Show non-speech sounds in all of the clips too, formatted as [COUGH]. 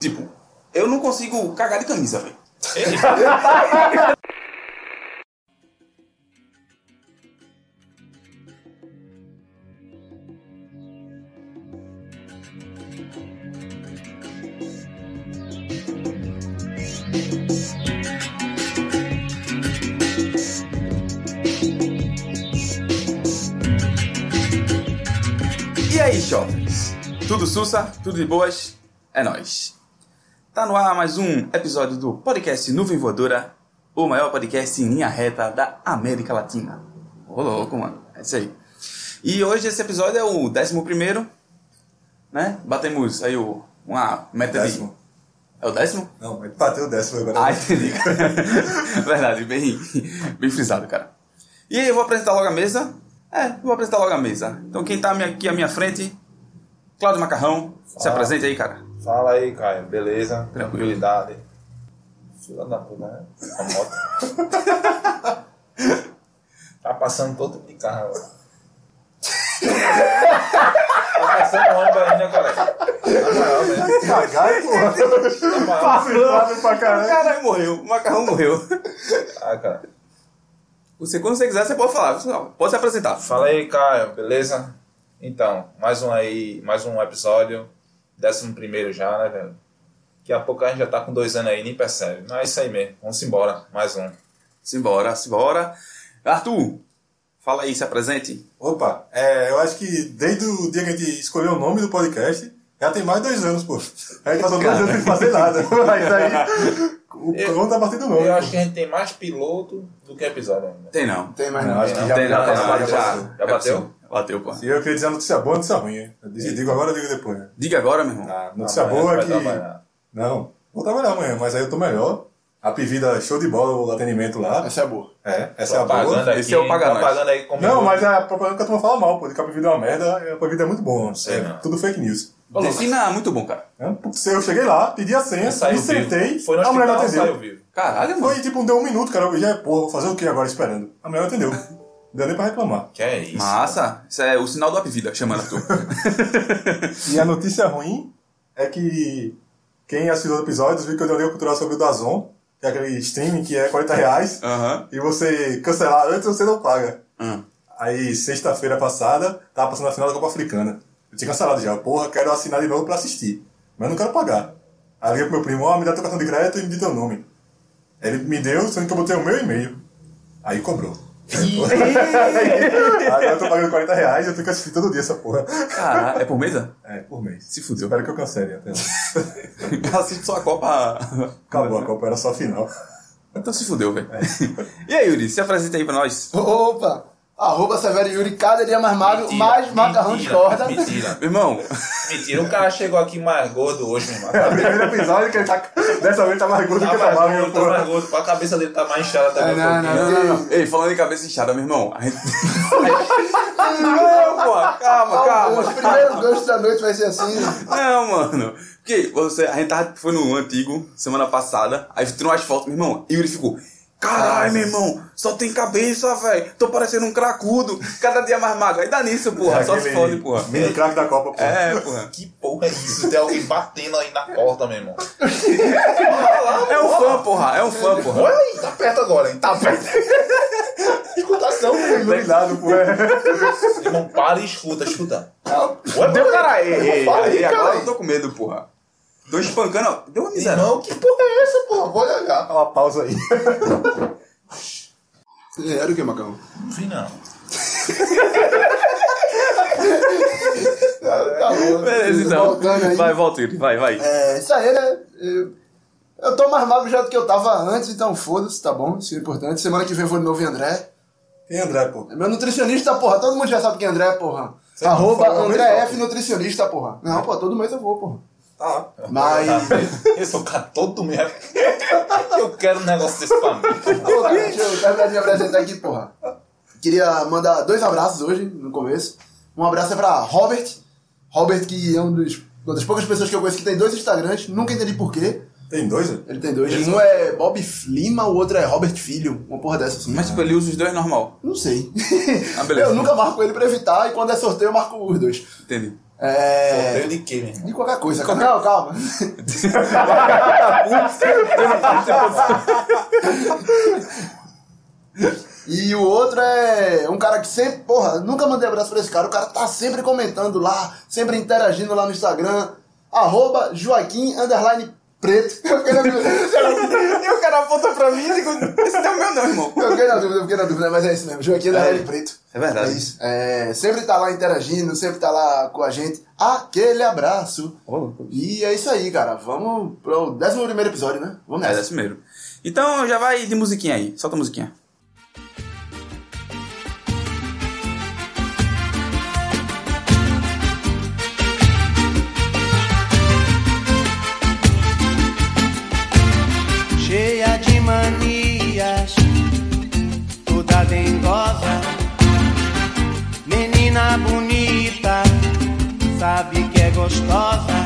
Tipo, eu não consigo cagar de camisa, velho. E aí, jovens? Tudo sussa? Tudo de boas? É nóis. Tá no ar mais um episódio do podcast Nuvem Voadora, o maior podcast em linha reta da América Latina. Ô louco, mano. É isso aí. E hoje esse episódio é o 11, né? Batemos aí o, uma meta Décimo. de... É o décimo? Não, ele bateu o décimo agora. Ah, entendi. [LAUGHS] Verdade, bem, bem frisado, cara. E aí, eu vou apresentar logo a mesa. É, vou apresentar logo a mesa. Então, quem tá minha- aqui à minha frente, Cláudio Macarrão. Se Fala. apresente aí, cara. Fala aí, Caio. Beleza? Tranquilo. Tranquilidade. Fila da puta, né? A moto. tá passando todo tipo de carro agora. [LAUGHS] tá passando um ônibus ainda, colega. Na moral, velho. Cagar, porra. Na moral. Fácil pra caralho. Caralho, morreu. O Macarrão morreu. [LAUGHS] Ah, cara. Você, quando você quiser, você pode falar. Você, ó, Pode se apresentar. Fala aí, Caio. Beleza? Então, mais um aí, mais um episódio. Décimo primeiro já, né, velho? Daqui a pouco a gente já tá com dois anos aí, nem percebe. Mas é isso aí mesmo. Vamos embora. Mais um. Simbora, simbora. Arthur, fala aí, se apresente. Opa, é, eu acho que desde o dia que a gente escolheu o nome do podcast, já tem mais de dois anos, pô. A gente passou dois anos sem fazer nada. [LAUGHS] Mas aí, o Eu- plano tá a partir do nome. Eu pô. acho que a gente tem mais piloto do que episódio ainda. Tem não. Tem mais não, acho que não, já, Tem já não, tem passou, não. já passou. Já Já bateu? bateu? Bateu, pô. E eu queria dizer uma notícia boa, notícia ruim. hein? Eu disse- digo agora, eu digo depois. né? Diga agora, meu irmão. Ah, notícia Amanhã boa vai que... trabalhar. Não, vou trabalhar amanhã, mas aí eu tô melhor. A pedida show de bola, o atendimento lá. Essa é boa. É, essa é a boa. Propaganda aqui, Esse é o Paga Nós. propaganda aí como Não, mas a propaganda que a turma fala mal, pô, de que a Covid é uma merda, a Covid é muito bom. Sei é não. tudo fake news. Defina muito bom, cara. É, porque Eu cheguei lá, pedi a senha, saiu me sentei, vivo. Foi no a mulher me hospital, saiu atendeu. vivo. Caralho, mano. Foi tipo, deu um minuto, cara, eu já, porra, vou fazer o que agora esperando? A mulher atendeu. Não deu nem pra reclamar. Que é isso? Massa. Isso é o sinal do Apvida, chamando [LAUGHS] Arthur. E a notícia ruim é que quem assistiu os episódios viu que eu dei uma dica cultural sobre o Dazon, que é aquele streaming que é 40 reais, Ah. Aham. e você cancelar antes você não paga. Hum. Aí, sexta-feira passada, tava passando a final da Copa Africana. Eu tinha cancelado já. Eu, Porra, quero assinar de novo pra assistir. Mas não quero pagar. Aí eu liguei pro meu primo, ó, me dá teu cartão de crédito e me dê teu nome. Ele me deu, sendo que eu botei o meu e-mail. Aí cobrou. Agora eu tô pagando 40 reais e eu tenho que assistir todo dia essa porra. Caralho, é por mesa? [LAUGHS] É, por mês. Se fudeu. Espero que eu cancele até lá. Assiste só a Copa. Acabou a Copa, era só a final. Então se fudeu, velho. [LAUGHS] E aí, Yuri, se apresenta aí pra nós. Opa! Arroba Severo Yuri, cada dia mais magro, Mentira, mais macarrão de mentira, corda. Mentira, Meu irmão, mentira. O cara chegou aqui mais gordo hoje, meu [LAUGHS] irmão. É o primeiro episódio que ele tá. Dessa vez tá mais gordo do que tá Tá mais magro, gordo, tá mais porra. gordo. A cabeça dele tá mais inchada É, também. um não, pouquinho. não, não, não. Ei, falando em cabeça inchada, meu irmão. [LAUGHS] A gente... não, pô, calma, Ah, Os calma. primeiros ganchos da noite vai ser assim. né? Não, mano. Porque você, a gente tava, foi no antigo, semana passada, aí tirou umas fotos, meu irmão, e Yuri ficou. Caralho, meu irmão, só tem cabeça, velho. Tô parecendo um cracudo. Cada dia mais magro. Aí dá nisso, porra. Só se Aquele fode, porra. Mini craque da Copa, porra. É, porra. Que porra é isso? Tem alguém batendo aí na porta, meu irmão. É um fã, porra. É um fã, porra. Olha aí, tá perto agora, hein? Tá perto. Escutação, meu irmão. Iluminado, porra. Irmão, para e escuta, escuta. Deu cara ei, Aí, ei, aí, agora cara. eu tô com medo, porra. Tô espancando. ó. Deu um uma miséria. Irmão, que Porra, é essa, porra? Vou olhar. Dá uma pausa aí. Era o que, macarrão? Não vi, não. Tá bom. Beleza, então. Voltando aí. Vai, volta, Yuri. Vai, vai. É, isso aí, né? Eu, eu tô mais magro já do que eu tava antes, então foda-se, tá bom? Isso é importante. Semana que vem eu vou de novo em André. E André, pô? É Meu nutricionista, porra. Todo mundo já sabe quem é André, porra. não Arroba falou, André mas F nutricionista, porra. Não, pô, todo mês eu vou, porra. Tá. Mas. Esse cara todo mesmo. Eu quero um negócio desse pra mim. Ô, cara, Deixa eu terminar de me apresentar aqui, porra. Queria mandar dois abraços hoje, no começo. Um abraço é pra Robert. Robert, que é um dos- uma das poucas pessoas que eu conheço que tem dois Instagrams, nunca entendi porquê. Tem dois, né? Ele tem dois. Um é Bob Flima, o outro é Robert Filho. Uma porra dessa assim. Mas tipo, ele usa os dois normal. Não sei. Ah, beleza. [LAUGHS] Eu nunca marco ele pra evitar, e quando é sorteio eu marco os dois. Entendi. É. Sorteio de quê, meu irmão? De qualquer coisa. né? cara. Calma, calma. [LAUGHS] E o outro é um cara que sempre, porra, nunca mandei abraço pra esse cara. O cara tá sempre comentando lá, sempre interagindo lá no Instagram. Arroba Joaquim Underline Preto. [LAUGHS] é Eu fiquei na dúvida. E o cara aponta pra mim e digo, esse não é o meu não, irmão. Eu fiquei na dúvida, eu fiquei na dúvida, mas é isso mesmo. Joaquim Underline Preto. É verdade. É isso. É, sempre tá lá interagindo, sempre tá lá com a gente. Aquele abraço. E é isso aí, cara. Vamos pro 11 primeiro episódio, né? Vamos É, nessa. desse mesmo. Então já vai de musiquinha aí. Solta a musiquinha. cheia de manias, toda dengosa. Menina bonita, sabe que é gostosa.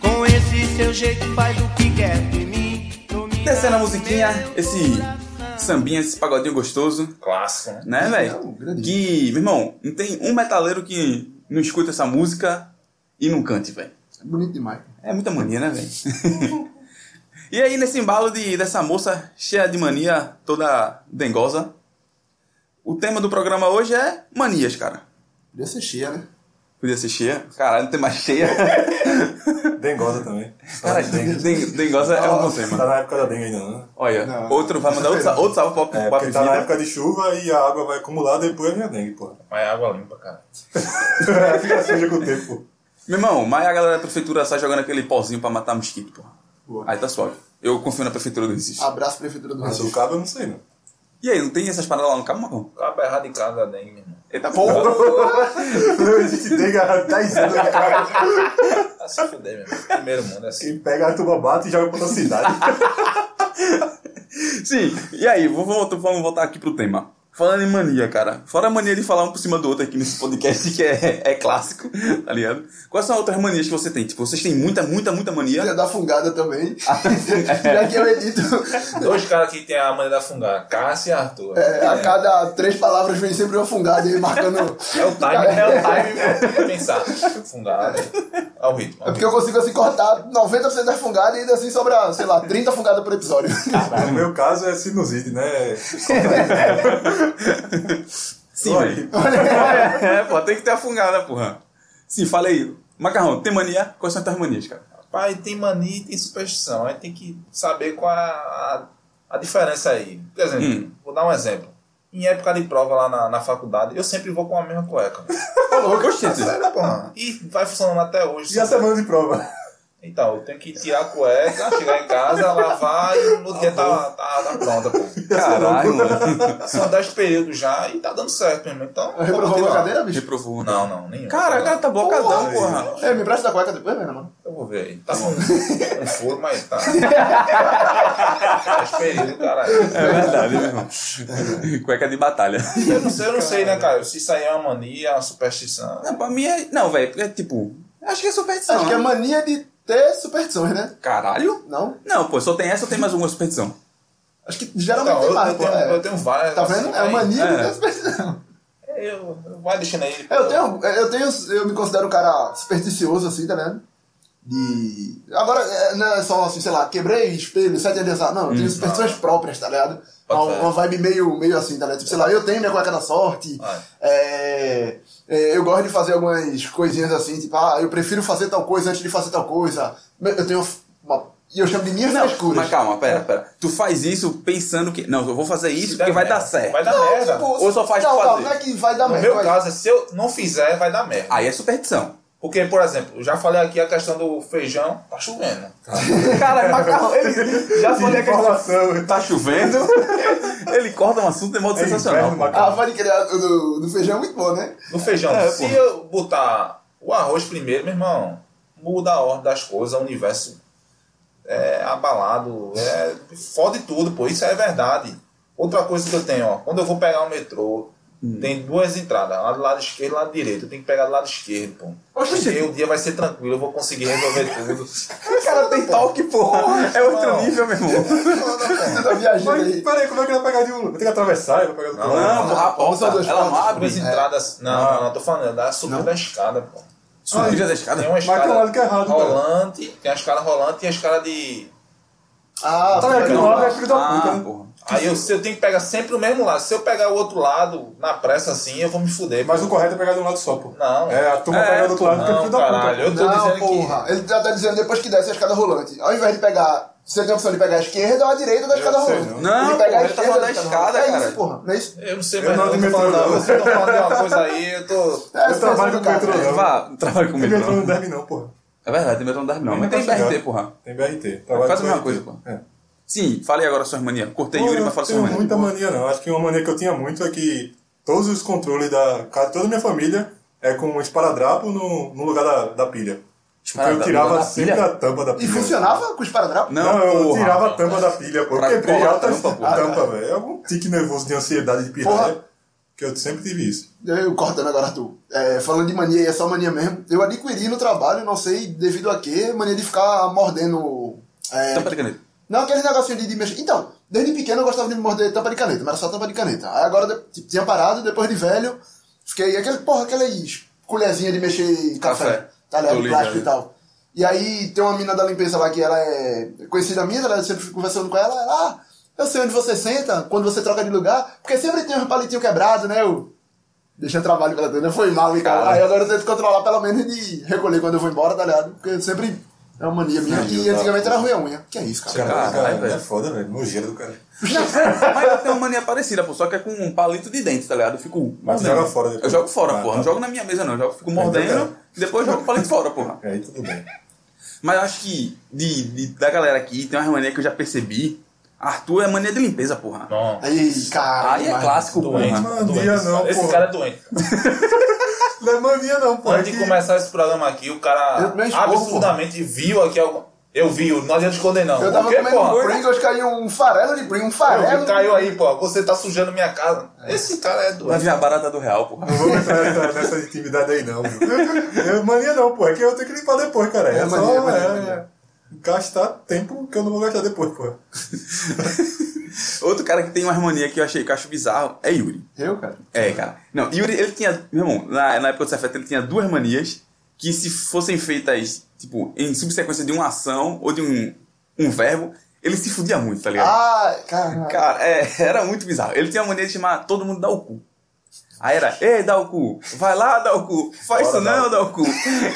Com esse seu jeito faz o que quer de mim. domina Descendo a o musiquinha, meu esse coração. sambinha, esse pagodinho gostoso, Clássico, né? né, É um velho? grande Que, meu irmão, não tem um metaleiro que não escuta essa música e não cante, velho. É Bonito demais. É muita mania, né, velho? [LAUGHS] e aí, nesse embalo de, dessa moça cheia de mania, toda dengosa, o tema do programa hoje é manias, cara. Podia ser cheia, né? Podia ser cheia. Caralho, não tem mais cheia. [LAUGHS] Dengosa também. Caralho, den- [LAUGHS] den- dengosa é um bom tema. Tá na época da dengue ainda, não? né? Olha, Não. outro vai mandar outro, sa- outro salve pro, É, pro porque tá na vida. época de chuva e a água vai acumular, depois vem a dengue, porra. Mas é água limpa, cara. Fica suja com o tempo. Meu irmão, mas a galera da prefeitura sai jogando aquele pozinho pra matar mosquito, porra. Boa. Ah. Aí tá suave. Eu confio na prefeitura do Recife. Abraço, Prefeitura do Mas Recife. do cabo eu não sei, não. E aí, não tem essas paradas lá no Cabo Marrom? O cabo é erradicado da dengue, meu irmão. Eita porra! Não existe dengue há 10 anos, cara. Tá se fuder, meu irmão. Primeiro mundo é assim. Quem pega a tuba bate e joga pra outra cidade. Sim, e aí, vou- vou- vamos, voltar aqui pro tema. Falando em mania, cara. Fora a mania de falar um por cima do outro aqui nesse podcast, que é, é clássico, tá ligado? Quais são outras manias que você tem? Tipo, vocês têm muita, muita, muita mania. Filha da fungada também. [LAUGHS] Ah, é. Já que eu edito. Dois caras que tem a mania da fungar, Cássio e Arthur. é, a cada três palavras vem sempre uma fungada aí marcando. É o time, é o time, meu. É pensar. Fungar, né? É o ritmo. É porque eu consigo assim cortar 90% das fungadas e ainda assim sobra, sei lá, 30 fungadas por episódio. Ah, No meu caso é sinusite, né? Sim, velho. É, pô, tem que ter a fungada, porra. Sim, fala aí. Macarrão, tem mania? Quais são as tuas manias, cara? Pai, tem mania e tem superstição. Aí tem que saber qual é a, a diferença aí. Por exemplo, Hum. vou dar um exemplo. Em época de prova lá na, na faculdade, eu sempre vou com a mesma cueca. Gostei. Sério, porra. E vai funcionando até hoje. E a semana de prova? Então, eu tenho que tirar a cueca, chegar em casa, lavar e no dia tá, tá, tá pronta, pô. Caralho, mano. [LAUGHS] São 10 períodos já e tá dando certo mesmo. Então, vou Reprovou na continuar. cadeira, bicho? Reprovou. Não, não, nenhum. Cara, cara tá blocadão, porra. É, me presta a cueca depois, velho, mano. Eu vou ver aí. Tá com um furo, mas tá. Tá espelhado, caralho. É verdade, meu irmão. Cueca de batalha. Eu não sei, eu não sei, né, cara? Se isso aí é uma mania, é uma superstição. Não, pra mim é. Não, velho, é tipo. Acho que é superstição. Acho que é né? mania de ter superstições, né? Caralho? Não? Não, pô, só tem essa ou tem mais alguma superstição? Acho que Então, geralmente eu, tem eu, mais, pô. tenho, é. eu tenho várias. Tá vendo? assim, É aí. mania de É. ter superstição. Eu, eu- vai deixando aí. É, Eu tenho, um eu tenho, eu me considero um cara supersticioso, assim, tá ligado? De. Agora, é, não é só assim, sei lá, quebrei espelho, sete anos atrás. Não, eu tenho superstições próprias, tá ligado? Pode Uma, ser. uma vibe meio, meio assim, tá ligado? Tipo, sei lá, eu tenho minha cueca da sorte. Ah. é, é, eu gosto de fazer algumas coisinhas assim, tipo, ah, eu prefiro fazer tal coisa antes de fazer tal coisa. Eu tenho uma. E eu chamo de minhas frescuras. Mas calma, pera, pera. Tu faz isso pensando que. Não, eu vou fazer isso porque vai merda. dar certo. Vai dar Não, merda. tipo, Ou só faz não, pra não, fazer. não é que vai dar No merda. meu vai- caso, se eu não fizer, vai dar merda. Aí é superstição. Porque, por exemplo, eu já falei aqui a questão do feijão, tá chovendo. Cara, macarrão, [LAUGHS] ele já falei é que Informação. tá chovendo. Ele corta um assunto de modo É sensacional. inverno, A vibe que ele é do- do, do feijão é muito boa, né? [LAUGHS] No feijão, É, se porra. eu botar o arroz primeiro, meu irmão, muda a ordem das coisas, o universo é abalado, é fode tudo, pô, isso é verdade. Outra coisa que eu tenho, ó, quando eu vou pegar o metrô, Tem duas entradas, lá do lado esquerdo e lado direito. Eu tenho que pegar do lado esquerdo, pô. Oxe, Porque o dia vai ser tranquilo, eu vou conseguir resolver [LAUGHS] tudo. O cara tem toque, porra. é outro não. nível, meu irmão. Você tá viajando Mas aí. peraí, como é que ele vai pegar de um? Vai ter que atravessar e vai pegar do outro lado. Não, porra, a Vamos porta, só dois ela pontos, não abre. Duas entradas. Não, não, não, tô falando, da subida da escada, pô. Subida da Tem escada. uma Mas tem um escada lado que é errado, cara. rolante, tem a escada rolante e a escada de. Ah, Tá vendo que não. não abre é filho da Ah, puta, né? porra. Aí eu, se eu tenho que pegar sempre o mesmo lado. Se eu pegar o outro lado, na pressa assim, eu vou me fuder. Mas o correto é pegar de um lado só, pô. Não. É, a turma É, pega do outro lado porque é Não, filho da puta. caralho, eu tô dizendo porra. Ele já tá dizendo depois que desce a escada rolante. Ao invés de pegar. Você tem a opção de pegar a esquerda ou a direita da escada sei, rolante. não. Não, ele porra, pega a ele tá esquerda falando da rolante. escada, É cara. isso, porra. Não é isso? que. Eu não sei Eu não mais. não, eu tô admito, falando, não. Vocês estão falando de uma coisa aí, [LAUGHS] eu tô. É a Eu trabalho expressão do com cara. metrô. É, Vá, trabalha com Tem metrô não metrô. deve não, porra. É verdade, tem metrô não dá não. Mas Tá tem BRT, chegando. porra. Tem BRT. É quase a com mesma BRT. coisa, pô. É. Sim, fale agora suas manias. Cortei Pô, Yuri, eu mas fala suas tenho manias. muita mania, não. Acho que uma mania que eu tinha muito é que todos os controles da casa, toda a minha família é com um esparadrapo no, no lugar da, da pilha. Tipo, eu Esparadrapo tirava da sempre pilha? a tampa da E pilha. funcionava com o esparadrapo? Não, Não, eu porra. tirava a tampa da pilha, é pô. Pra Eu quebrei colar a altas tampa, tampa, porra. velho. É algum tique nervoso de ansiedade de Porra. pirralha. Que eu sempre tive isso. Eu cortando agora, tu. É, falando de mania, e é só mania mesmo. Eu adquiri no trabalho, não sei devido a quê, mania de ficar mordendo. é, Tampa de caneta. Não, aquele negocinho de, de mexer. Então, desde pequeno eu gostava de me morder tampa de caneta, mas era só tampa de caneta. Aí agora de- tipo, tinha parado, depois de velho, fiquei. Aquele, porra, aquelas colherzinha de mexer café. Café. Tá ligado? Tô ligado. Plástico e tal. E aí tem uma mina da limpeza lá que ela é conhecida minha, ela eu sempre fico conversando com ela, ela, ah, eu sei onde você senta, quando você troca de lugar, porque sempre tem um palitinho quebrado, né? Eu... Deixa eu trabalho pra tu, né? Foi mal, e cara. Cara. Aí agora eu tento controlar pelo menos de recolher quando eu vou embora, tá ligado? Porque sempre é uma mania minha. Meu E Deus, antigamente tá. era ruim a unha. Que é isso, cara? Caralho, cara, é velho. foda, velho. Nojeira do cara. Mas eu tenho uma mania parecida, pô. Só que é com um palito de dente, tá ligado? Eu fico Mas mordendo. joga fora depois. Eu jogo fora, Ah, porra. tá. Não jogo na minha mesa, não. Eu jogo, fico Então mordendo tá. e depois jogo o palito fora, porra. É, Aí tudo bem. Mas eu acho que de, de- da galera aqui tem uma mania que eu já percebi. Arthur é mania de limpeza, porra. Não. Aí, cara. Aí é clássico, Doente, porra. Mania doente. esse não, cara. Esse porra. cara é doente. Não é mania não, pô. É Antes de que- começar esse programa aqui, o cara Eu também expor, absurdamente viu aqui alguma. Eu vi, não adianta esconder não. Eu tava Por quê, comendo porra? um Pringles, caiu um farelo de Pringles, um Eu farelo. vi, caiu aí, pô. Você tá sujando minha casa. Esse cara é Vai doente. vir a barata do real, porra. Não vamos entrar nessa, nessa intimidade aí, não. Meu. É mania não, pô. É que eu tenho que limpar depois, cara. É, É só mania, é mania, é, mania. gastar tempo que eu não vou gastar depois, pô. Outro cara que tem uma mania que eu achei que eu acho bizarro é Yuri. Eu, cara. É, cara. Não, Yuri, ele tinha. Meu irmão, na, na época do Cefeta, ele tinha duas manias que, se fossem feitas, tipo, em subsequência de uma ação ou de um, um verbo, ele se fudia muito, tá ligado? Ah, cara. Cara, é, [LAUGHS] era muito bizarro. Ele tinha a mania de chamar todo mundo dá o cu. Aí era, ei, dá o cu, vai lá, dá o cu, faz isso não, dá o cu.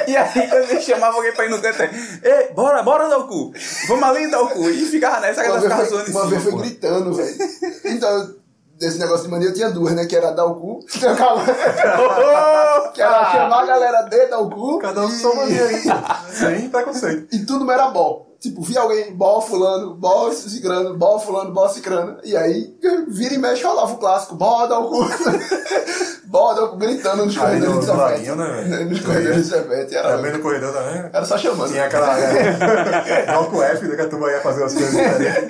E aí, quando ele chamava alguém pra ir no canto, era, ei, bora, bora, dá o cu, vamos ali, dá o cu. E ficava nessa, a Uma galera ficava vez zoando foi, em uma cima. vez foi porra. gritando, velho. Então, desse negócio de mania eu tinha duas, né? Que era dar o cu. [LAUGHS] Então, calma. que era chamar a galera de dar o cu. Cada um e- sua mania aí. pô. [LAUGHS] Sem preconceito. E tudo era bol. Tipo, vi alguém, bol fulano, bol cicrano, bol fulano, bol cicrano. E aí, vira e mexe, rolava o clássico, bol dá o cu. [LAUGHS] bol dá o cu, gritando nos Aí corredores no- de no Zavete. laguinho, né, velho? [LAUGHS] Nos corredores de Zavete. Era, Também É, no corredor também. era só chamando. Tinha aquela. É, [LAUGHS] álcool F, né, que a turma ia fazer as coisas. né?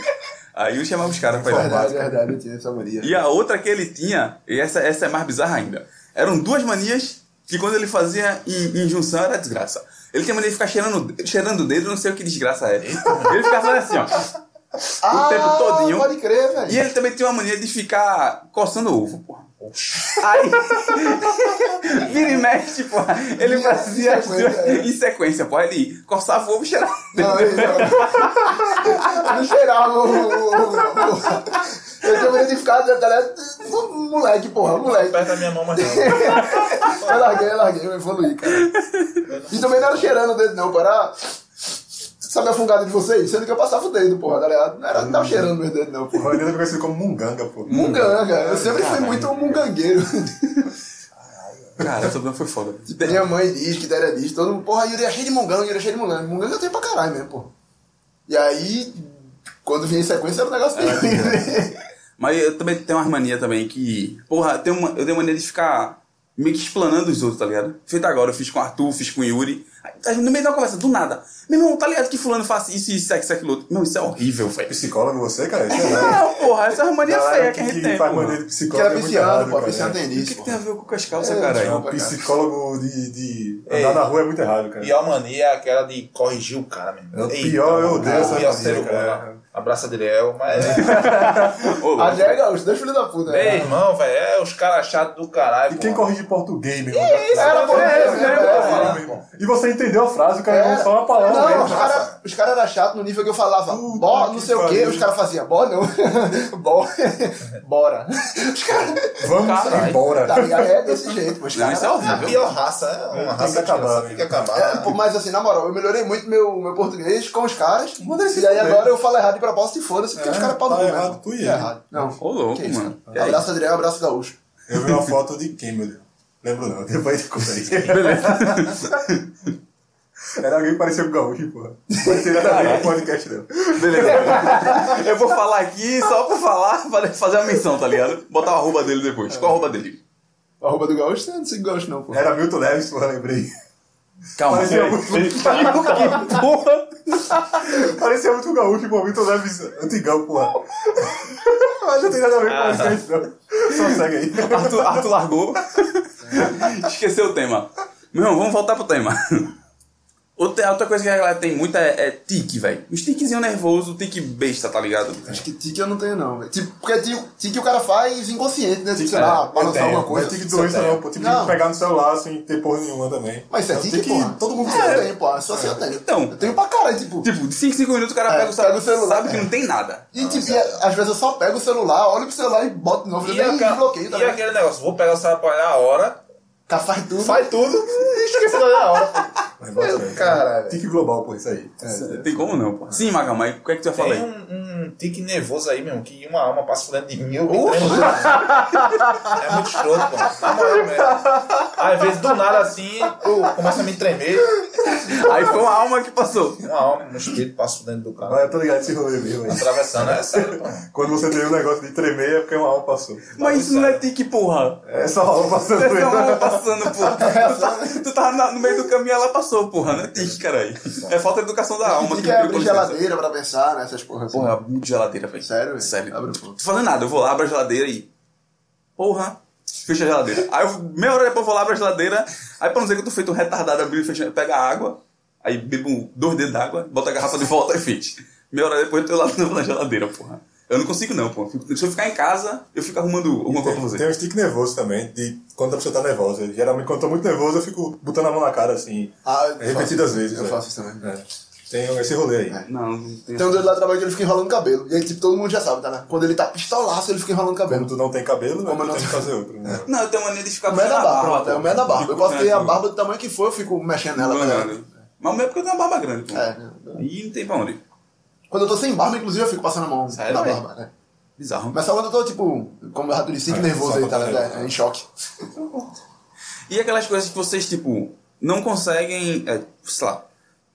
Aí Yuri chamava os caras pra ir lá. Verdade, É verdade, eu tinha essa mania. E a outra que ele tinha, e essa, essa é mais bizarra ainda, eram duas manias que quando ele fazia em, em junção era desgraça. Ele tinha mania de ficar cheirando, cheirando o dedo, não sei o que desgraça é. Ele ficava fazendo assim, ó. ah, tempo todinho. pode crer, velho. E ele também tinha uma mania de ficar coçando o ovo, porra. Aí, [LAUGHS] vira e mexe, porra. Ele Vira fazia as sequência, duas é. em sequência, porra. Ele coçava o ovo e cheirava. Não, ele não. Eu não [LAUGHS] cheirava o... o- o- o- Eu tinha mania de ficar, tá ligado? Moleque, porra, moleque. Aperta minha mão, mas não. Eu larguei, eu larguei, eu evoluí, cara. E também não era cheirando o dedo, não, pô, era. Sabe a fungada de vocês? Sendo que eu passava o dedo, porra, tá ligado? Não era não tava cheirando meu dedo, não, O porra. corredor também conhecido como munganga, pô. Munganga, eu sempre fui muito um mungangueiro. Cara, essa não foi foda. Minha mãe diz, que Dera diz, todo mundo, porra, Yuri é cheio de munganga, Yuri é cheio de munganga. Munganga eu tenho pra caralho mesmo, porra. E aí, quando vinha em sequência, era um É, negócio meio. Mas eu também tenho umas mania também que. Porra, eu tenho, uma, eu tenho mania de ficar meio que explanando os outros, tá ligado? Feito agora, eu fiz com o Arthur, fiz com o Yuri. Aí, No meio da conversa, do nada. Meu irmão, tá ligado que fulano faz isso, isso, isso, aquilo outro. Meu, isso é horrível, velho. Psicólogo você, cara? Isso é nada. Não, porra, essa é uma mania Galera feia que a gente tem. faz porra. maneira de Que psicólogo era é muito viciado, errado, pô. cara. Viciado tem O que, nisso. que pô. tem a ver com as calças, É, É, caralho? um psicólogo de, de Ei. andar na rua é muito errado, cara. E a mania é aquela de corrigir o cara, meu É irmão. o pior, eu mano, odeio essa o mania, pior ser cara. humano. Abraça de Léo, mas. Ô, A louco. Jé é gaúcho, dois filhos da [LAUGHS] puta. Meu né? irmão, velho, é os caras chatos do caralho. E quem porra. corrige português, meu irmão? Era bom, É, né, isso mesmo, velho? eu tô falando, pô. E você entendeu a frase, o cara É. não fala uma palavra. Não, mesmo. os caras os cara eram chatos no nível que eu falava Puta bó, não que sei o quê, pariu. os caras faziam bó não, [LAUGHS] bó, [LAUGHS] bora. Os caras, Vamos Caralho. embora. tá ligado? É desse jeito, pô, os Não, caras. isso é A horrível. pior raça, é uma Tem raça que acabar, tem que velho. acabar. É, pô, mas assim, na moral, eu melhorei muito meu, meu português com os caras. Manda esse E aí também. agora eu falo errado de propósito e foda-se, porque É, os caras pau no tá cu mesmo. errado tu e Tá ele. errado. Não. Ô, louco, que isso, mano. cara. Abraço Adriel, abraço Gaúcho. Eu vi uma foto de quem, meu Deus? Lembro não, depois eu conta aí. Beleza. [LAUGHS] Era alguém que parecia com o Gaúcho, porra. Pode ter nada a ver com o podcast, não. Beleza. [LAUGHS] Eu vou falar aqui só pra falar, pra fazer uma menção, tá ligado? Botar o arroba dele depois. Qual o arroba dele? O arroba do Gaúcho, você não sigo Gaúcho não, pô. Era Milton Neves, porra, lembrei. Calma. Parecia muito, Que porra. parecia muito com o Gaúcho, porra. Milton Neves, antigão, porra. Mas não tem nada a ver com o podcast, não. Só segue aí. Arthur, Arthur largou. [LAUGHS] Esqueceu o tema. Meu irmão, vamos voltar pro tema. Outra, outra coisa que a galera tem muito é, é tique, velho. Uns tiquezinho nervoso, tique besta, tá ligado? Acho que tique eu não tenho não, velho. Tipo, porque tique, tique o cara faz inconsciente, né? Tipo, sei É, lá, eu balançar tenho, alguma Mas coisa. tem que doença não, pô. Tem que Não. pegar no celular sem ter porra nenhuma também. Mas isso é Eu tique, tenho pô. Todo mundo é. tem. tem, pô. Só se eu tenho. Então. Eu tenho pra caralho, tipo... Tipo, de 5 5 minutos o cara É, pega o celular, pega o celular, sabe que não tem nada. E, tipo, e a- às vezes eu só pego o celular, olho pro celular e boto de novo. E, Já nem aca- desbloqueio, tá e ligado? aquele negócio, vou pegar o celular pra olhar a hora, Cara, faz tudo. faz tudo e esqueci de olhar a hora. pô. É. Mas bota aí. Caralho. Tique global, pô, isso aí. É, Não tem como não, pô. Sim, Maga, mas o que é que tu ia falar Tem aí? um, um tique nervoso aí mesmo, que uma alma passa por dentro de mim, eu me Oxe. tremo. É muito escroto, pô. Na moral mesmo. Às vezes, do nada assim, eu começo a me tremer. um- Aí foi uma alma que passou. Uma alma, um espírito passa por dentro do Ah, cara, eu tô ligado esse rolê mesmo. hein. atravessando. É sério, pô. Quando você tem um negócio de tremer, é porque uma alma passou. Mas isso não é tique, porra. É só uma alma passando. Essa é uma alma passando, [LAUGHS] porra. É, Tu tá- Tu tava na- no meio do caminho ela passou, porra. Não é tique, caralho. É falta de educação da alma. Tique que não tem é abrir consciência. geladeira pra pensar, né? Essas porra assim. Porra, é muito geladeira, velho. Sério, velho? Sério. Abre um o fogo. Tô falando nada, eu vou lá, abro a geladeira e. Porra! Fecha a geladeira. Aí, eu- meia hora depois, eu vou lá, abro a geladeira. Aí, pra não dizer que eu tô feito um retardado, abri, fecha, pega a água. Aí, bebo um, dois dedos d'água, bota a garrafa de volta e fiz. Meia hora depois, eu tô lá [LAUGHS] de novo na geladeira, porra. Eu não consigo, não, porra. Fico- Se eu ficar em casa, eu fico arrumando alguma coisa pra Tem fazer. um tique nervoso também, de quando a pessoa tá nervosa. Geralmente, quando eu tô muito nervoso, eu fico botando a mão na cara, assim, Ah, eu repetidas faço vezes. isso. Eu né? faço isso também. É. Tem esse rolê aí. É. Não, não tem. Tem um doido lá do trabalho que ele fica enrolando cabelo. E aí, tipo, todo mundo já sabe, tá, né? Quando ele tá pistolaço, ele fica enrolando Como cabelo. tu não tem cabelo, né, Como eu tu não tem que tenho- fazer outro. né? Não, eu tenho mania de ficar O meu é Ah, da barba, pronto. É o meu é da barba. Fico Eu posso ter a tanto- barba do tamanho que for, eu fico mexendo nela, tá Uhum. ligado? Banana. Mas o meu é porque eu tenho uma barba grande, porra. É, né? E não tem pra onde. Quando eu tô sem barba, inclusive, eu fico passando a mão Sério, na velho? barba, né? Bizarro. Mas só quando eu tô, tipo, como o Rato disse, que É, nervoso só aí, tá pra- ligado? É, é, em [LAUGHS] choque. E aquelas coisas que vocês, tipo, não conseguem, é, sei lá,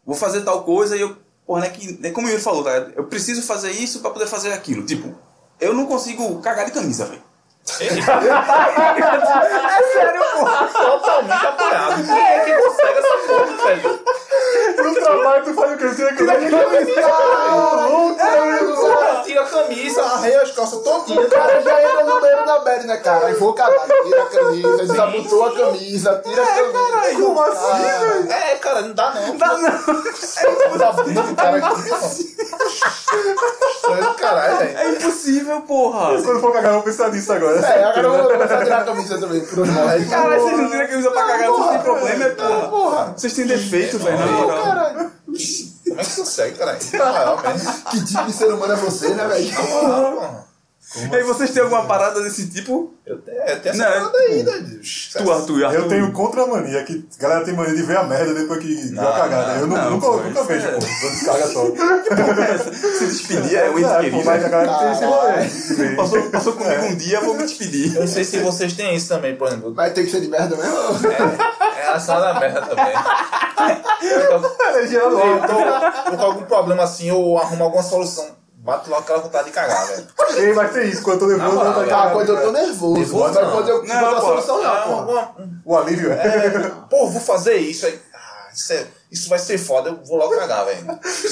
vou fazer tal coisa e eu, porra, né, que, né, como o Yuri falou, tá? ligado? eu preciso fazer isso pra poder fazer aquilo. Tipo, eu não consigo cagar de camisa, velho. [LAUGHS] é sério, porra. Totalmente apoiado. Quem é que consegue essa porra, velho? No trabalho, tu faz o que? É, Tira a camisa. Porra, tira a camisa, arreia as costas todinha. O cara já entra no banheiro da Bad, né, cara? Aí vou cagar, tira a camisa, desabotou a camisa, tira a camisa. É, Como assim, velho? É, cara, não dá não. Tá, não. O cara aqui, ó. assim? Estranho do caralho, velho. É impossível, porra. Quando for cagar, eu vou pensar nisso agora. É, agora eu vou começar a tirar a camisa também. por osmose. Caralho, vocês não tiram a camisa pra cagar, vocês têm problema, é porra. Vocês têm defeito, velho, na moral. Caralho. Como é que consegue, caralho? Na moral mesmo. Que tipo de ser humano é você, né, velho? Na moral, porra. E aí, vocês têm alguma parada desse tipo? Eu tenho, eu tenho é, Não, essa é parada aí, né? Deus? Tu, Arthur, Arthur. Eu tenho contramania, que a galera tem mania de ver a merda depois que deu a cagada. eu nu- Ah, não, nunca, pô, nunca isso vejo, é- pô. Quando descarga só. Se despedir [LAUGHS] é um ente É, pô, querido. Mas a galera tem esse rolê. de ver. Passou, passou comigo um dia, vou me despedir. Eu não sei se vocês têm isso também, por exemplo. Vai ter que ser de merda mesmo? É relacionado à merda também. Eu tô- eu tô- tô com algum problema assim, eu arrumo alguma solução. Bato logo aquela vontade de cagar, velho. Ei, mas tem isso, quando eu tô nervoso, Não, eu tô não, Tá, cagado, quando eu tô cara. nervoso. Nervoso, Mas não. quando eu Não, não a pô. solução, não, porra. Alguma- O alívio é. Pô, vou fazer isso aí. Ah, isso é. Isso vai ser foda, eu vou logo cagar, velho.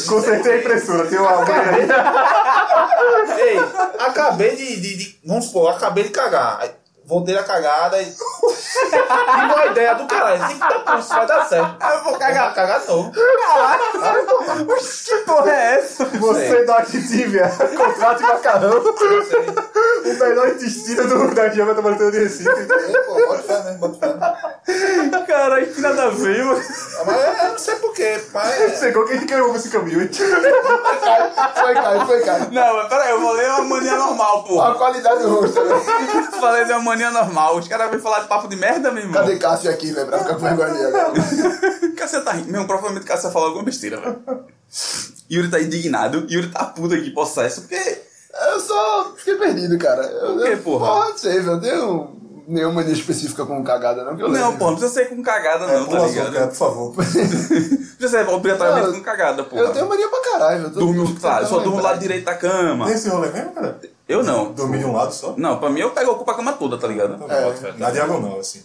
Consertei a é impressora, tem uma agulha aí. Ei, acabei de, de- de- Vamos supor, acabei de cagar. Aí, Voltei a cagada e. Tive uma ideia do caralho. Tem que dar pulso, vai dar certo. Eu vou cagar. Vou cagar de novo. Que porra é essa? Você da Activia, contrato de macarrão. o melhor intestino do, da região metropolitana de é Recife. Pô, bota fé mesmo, bota fé. Caralho, que nada a ver, mano. Mas eu não sei porquê, mas. Chegou quem que levou esse caminho, hein? Foi, cara, foi, cara. Não, mas peraí, eu vou ler uma mania normal, porra. A qualidade do rosto. né? Falei de uma mania normal. Os caras vêm falar de papo de merda, meu irmão. Cadê Cássio aqui, velho, pra ficar com vergonha dele agora? Cássio tá rindo. Meu, provavelmente Cássio falou alguma besteira, velho. Yuri tá indignado. Yuri tá puto aqui, possesso, porque... Eu só fiquei perdido, cara. Eu, Por quê, eu- porra? não sei, velho. Eu tenho nenhuma mania específica com cagada, não. Que eu Não, lembre. porra, não precisa ser com cagada, É, não, pula tá azul, ligado? [LAUGHS] cara, por favor. Precisa ser obrigatoriamente Não, com cagada, porra. Eu tenho mania pra caralho, velho. Dorme um- claro, só tentando durmo do lembrar. lado direito da cama. Tem esse rolê mesmo, cara? Eu não. Dormir de um lado só? Não, pra mim eu pego ocupa a cama toda, tá ligado? É, na diagonal, assim.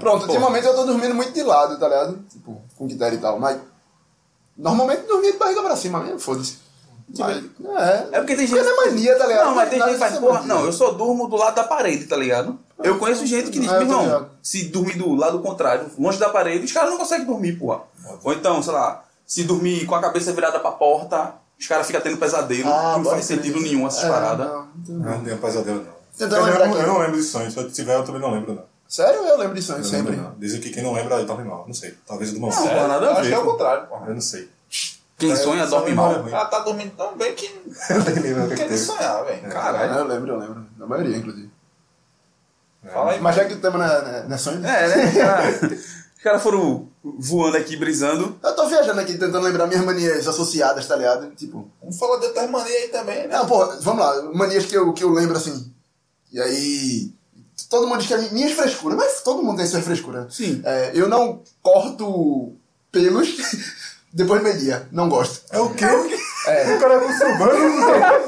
Pronto, ultimamente eu tô dormindo muito de lado, tá ligado? Tipo, com guitarra e tal, mas. Normalmente eu dormia de barriga pra cima mesmo, foda-se. Mas, É. Tipo, É porque tem gente. Mas é mania, tá ligado? Não, mas tem Nada gente que faz, disso é porra, mania. não, eu só durmo do lado da parede, tá ligado? Eu conheço gente que diz, É, meu eu tô irmão, ligado. se dormir do lado contrário, longe da parede, os caras não conseguem dormir, porra. Ou então, sei lá, se dormir com a cabeça virada pra porta, os caras ficam tendo pesadelo. Ah, não pode faz crer. sentido nenhum essas É, paradas. não, então- Não tenho pesadelo, não. Eu Tentando lembrar não, aqui. eu não lembro de sonhos. Se eu tiver, eu também não lembro, não. Sério, eu lembro de sonho Eu sempre. Não lembro, não. Dizem que quem não lembra dorme mal. Não sei. Talvez eu durma Não, mal. porra, nada a Acho que ver. é o contrário, porra. Eu não sei. [LAUGHS] Quem É, sonha só dorme memória mal. ruim. Ela tá dormindo tão bem que Eu nem lembro o que, que quer teve. sonhar, velho. Caralho. Ah, eu lembro, eu lembro. Na maioria, inclusive. Fala aí, Mas já que o tema não é, não é- não é sonho, né? É, né? Os caras- Os caras foram voando aqui, brisando. Eu tô viajando aqui tentando lembrar minhas manias associadas, tá ligado? Tipo. Vamos falar de outras manias aí também, né? Não, pô, vamos lá, manias que eu, que eu lembro assim. E aí. Todo mundo diz que é mi- minhas frescuras, mas todo mundo tem suas frescuras. Sim. É, eu não corto pelos [LAUGHS] depois do meio-dia. Não gosto. É o quê? O cara [LAUGHS] é muçulmano. é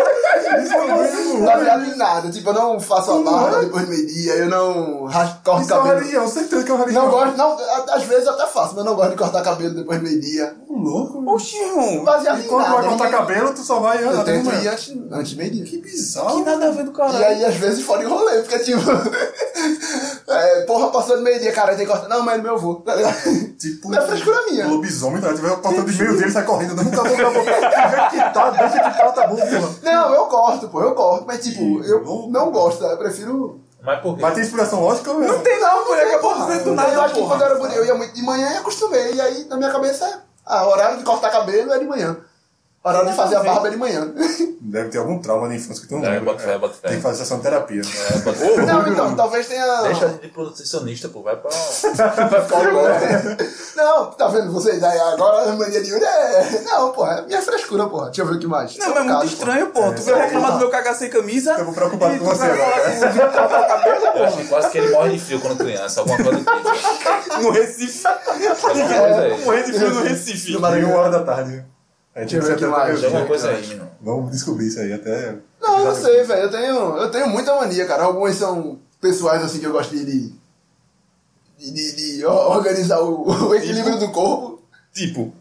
um Não baseado em nada. Tipo, eu não faço a barba depois do meio-dia, eu não ras- corto Isso é uma cabelo. religião. Certeza que é uma religião. não gosto, não, a- às vezes eu até faço, mas eu não gosto de cortar cabelo depois do meio-dia. Ô, louco. meu. Oxi, irmão. Baseado em Enquanto nada. vai cortar ninguém- cabelo, tu só vai Eu andar tento ir manhã. antes, antes do meio-dia. Que bizarro. nada a ver do E aí, às vezes, fora em rolê, porque, tipo... [LAUGHS] é, porra, passou do meio-dia, cara, aí tem que cortar. Não, mas meu avô. tá ligado? [LAUGHS] Tipo, Não é frescura minha. Lobisomem, tá? Tiver cortando de meio dele, sai correndo. Não, tá bom, tá bom. Deixa que tá, deixa que tá, tá bom, porra. Não, eu corto, pô, eu corto. Mas, tipo, Que eu louco. não gosto, tá? eu prefiro... Mas por quê? Mas tem inspiração lógica ou é? Não tem não, é mulher, acabou de dizer do nada, Eu acho que porra. quando eu era bonito, eu ia muito de manhã e acostumei. E aí, na minha cabeça, é, ah, horário de cortar cabelo é de manhã. Horário de fazer a barba é de [LAUGHS] manhã. Deve ter algum trauma na infância que tu não É, lembra. bota fé, bota fé. Tem que fazer sessão de terapia. É, pode ser. Não, então, talvez tenha... Deixa de nutricionista, pô, vai pra. um, Não, tá vendo vocês? Aí agora a mania de Yuri é. Não, porra, é minha frescura, porra. Deixa eu ver o que mais. Não, mas é muito Caso, estranho, porra. Tu é, veio reclamar do meu cagar sem camisa. Eu vou preocupar e com tu você vai agora. falar de cortar o cabelo, Eu acho que quase que ele morre de frio quando criança, alguma coisa do tipo. porra. No Recife. Alguma coisa é, aí. Morrer de frio no Recife. No Tem Maranhão. uma hora da tarde. A gente Deixa eu precisa ver o que ter- mais. Tem alguma coisa aí, mano. Vamos descobrir isso aí até. Não, eu não sei, velho. Eu tenho, eu tenho muita mania, cara. Algumas são pessoais, assim, que eu gosto de. de, de- de organizar o, [LAUGHS] o equilíbrio do corpo. Tipo,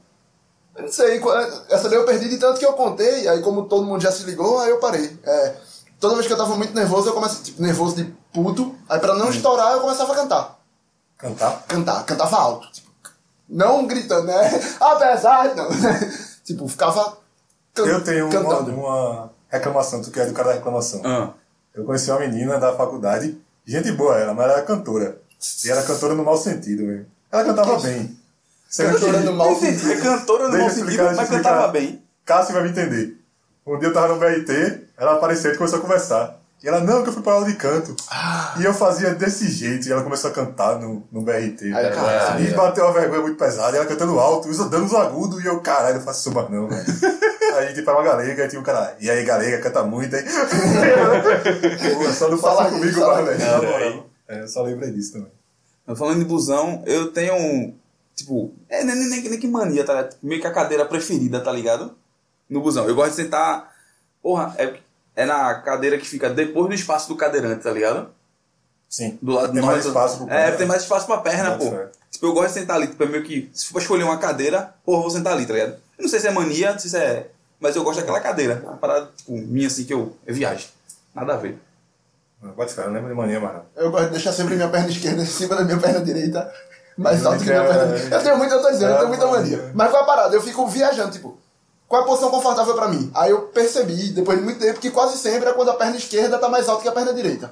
Eu não sei. qual- é, Essa daí eu perdi de tanto que eu contei. Aí, como todo mundo já se ligou, aí eu parei. É, toda vez que eu tava muito nervoso, eu começava, tipo, nervoso de puto. Aí, pra não estourar, eu começava a cantar. Cantar? cantar, cantava alto. Tipo, não gritando, né? [LAUGHS] Apesar de não. [LAUGHS] tipo, ficava can- Eu um tenho uma, cantando. uma reclamação, tu que é do cara da reclamação. ah, Eu conheci uma menina da faculdade, gente boa ela, mas ela era cantora. E era cantora no mau sentido, mesmo. Ela cantava bem. Você Cantora me- no mau entendi. É sentido. cantora no Deixa mau eu sentido, explicar, mas deixa eu cantava explicar. bem. Cássio vai me entender. Um dia eu tava no BRT, ela apareceu e começou a conversar. E ela, não, que eu fui pra aula de canto. Ah. E eu fazia desse jeito, e ela começou a cantar no, no BRT. Aí, cara, e bateu uma vergonha muito pesada, e ela cantando alto, usa- dando os agudos, e eu, caralho, não faço isso mais não, [LAUGHS] velho. aí tipo, era uma galega, e tinha um cara, e aí galega, canta [LAUGHS] muito, hein? Pô, só não Fala faça aí, comigo fala mais, aí. velho. na moral. É, eu só lembrei disso também. Mas Falando de busão, eu tenho, tipo, é, nem, nem, nem- nem que mania, tá ligado? Meio que a cadeira preferida, tá ligado? No busão. Eu gosto de sentar, porra, é, é na cadeira que fica depois do espaço do cadeirante, tá ligado? Sim. Do lado Tem norte. mais espaço pro é. É, cara. tem mais espaço pra perna, Bota pô. fé. Tipo, eu gosto de sentar ali. Tipo, é meio que. Se for pra escolher uma cadeira, porra, eu vou sentar ali, tá ligado? Eu não sei se é mania, não sei se é. Mas eu gosto daquela cadeira. Uma parada, tipo, minha assim que eu, eu viajo. Nada a ver. Bota cara, não lembro de mania, mano. Eu gosto de deixar sempre minha perna esquerda em cima da minha perna direita. Mais Não, alto que minha cara, perna. Eu tenho muita, eu tô dizendo, eu tenho muita mania. Mas qual é a parada? Eu fico viajando, tipo, qual é a posição confortável pra mim? Aí eu percebi, depois de muito tempo, que quase sempre é quando a perna esquerda tá mais alta que a perna direita.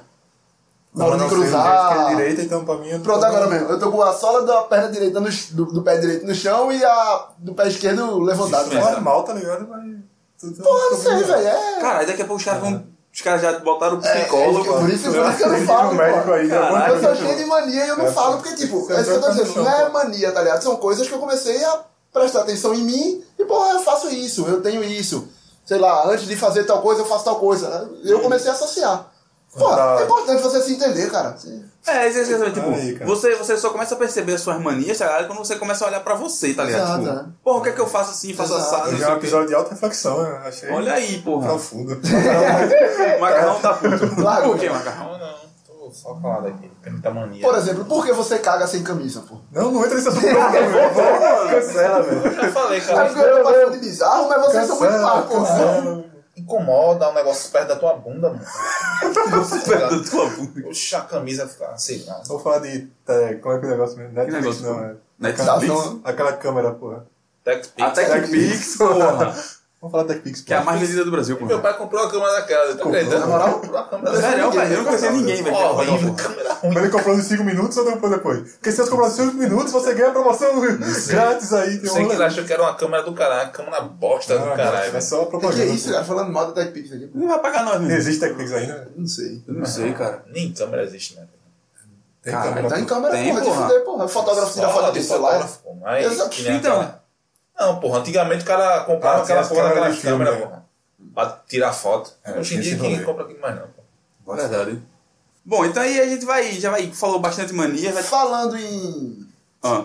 Na hora de cruzar. direita, então pra mim. eu- Pronto, agora mesmo. Eu tô com a sola da perna direita no, ch- do, do pé direito no chão e a do pé esquerdo levantada. É normal, tá ligado? Mas. Porra, não sei, velho. É. Cara, daqui a pouco os caras vão. Os caras já botaram o É, psicólogo. por isso, por isso que eu não Tem falo. um médico pô. aí, né? Caralho, Eu sou Alguma cheio coisa. de mania e eu não É, falo, pô. porque, tipo, Tem é isso que eu tô tanta dizendo. noção, Não é pô. mania, tá ligado? São coisas que eu comecei a prestar atenção em mim e, porra, eu faço isso, eu tenho isso. Sei lá, antes de fazer tal coisa, eu faço tal coisa. Eu comecei a associar. Pô, Tá. é importante você se entender, cara. É, isso é isso, tipo, Aí, cara. você, você só começa a perceber as suas manias, tá ligado? Quando você começa a olhar pra você, tá ligado? Exato, tipo, é. porra, o que é que eu faço assim, faço Exato. assado, Eu não já sei é um o quê. episódio de alta reflexão, eu achei. Olha aí, porra. Profundo. O [LAUGHS] macarrão tá puto. [LAUGHS] Larga. Por que, macarrão? Não, não. Tô só calado aqui. Tem muita mania. Por exemplo, por que você caga sem camisa, pô? não, não entra nesse [LAUGHS] assunto. não, velho. Cancela, velho. Eu falei, É cara. porque eu tô passando de bizarro, mas vocês são muito Cancela, mal, pô. cancela. Incomoda um negócio perto da tua bunda, [LAUGHS] mano. Sei lá. Da [LAUGHS] tua bunda. Puxa a camisa, fica, ah, sei lá. Vamos falar de. é, como é que é o negócio mesmo? Netflix, negócio, não, pô? é. Netflix? Aquela- Aquela câmera, porra. A TechPix, porra. Vamos falar da Pix, Que é a mais vendida do Brasil, Meu porra. pai comprou a câmera daquela, tá acreditando? na moral? comprou a é câmera daquela. assim, Sério, velho, eu não conhecia ninguém, velho. que Ó, comprou, horrível, porra. câmera ruim. Mas ele comprou nos 5 minutos ou comprou depois? Porque se você comprar nos 5 minutos, você ganha a promoção grátis aí. Tem um Sei que rolê. ele achou que era uma câmera do caralho, uma câmera bosta Ah, do caralho, É né? velho. só Que propaganda. isso, cara? Falando mal da TechPix aqui, pô. Não vai pagar nós, Não mesmo. existe TechPix ainda? Não sei. Eu não sei, cara. Nem câmera existe, né? Tem Caralho, câmera, Tá em pô. câmera, Tem, porra, de porra. fuder, porra. Fotógrafo tira Só foto de do celular. fotógrafo, pô. Aí, Exato. que nem aquela- Então, Não, porra, antigamente o cara comprava Ah, tinha aquela as porra câmeras daquela de filme, câmera, né? porra. Pra tirar foto. É, Hoje em esse dia ninguém rolê. compra aquilo mais não, pô. é verdade. Bom, então aí a gente vai, já vai, falou bastante mania, vai... Falando em. Ah.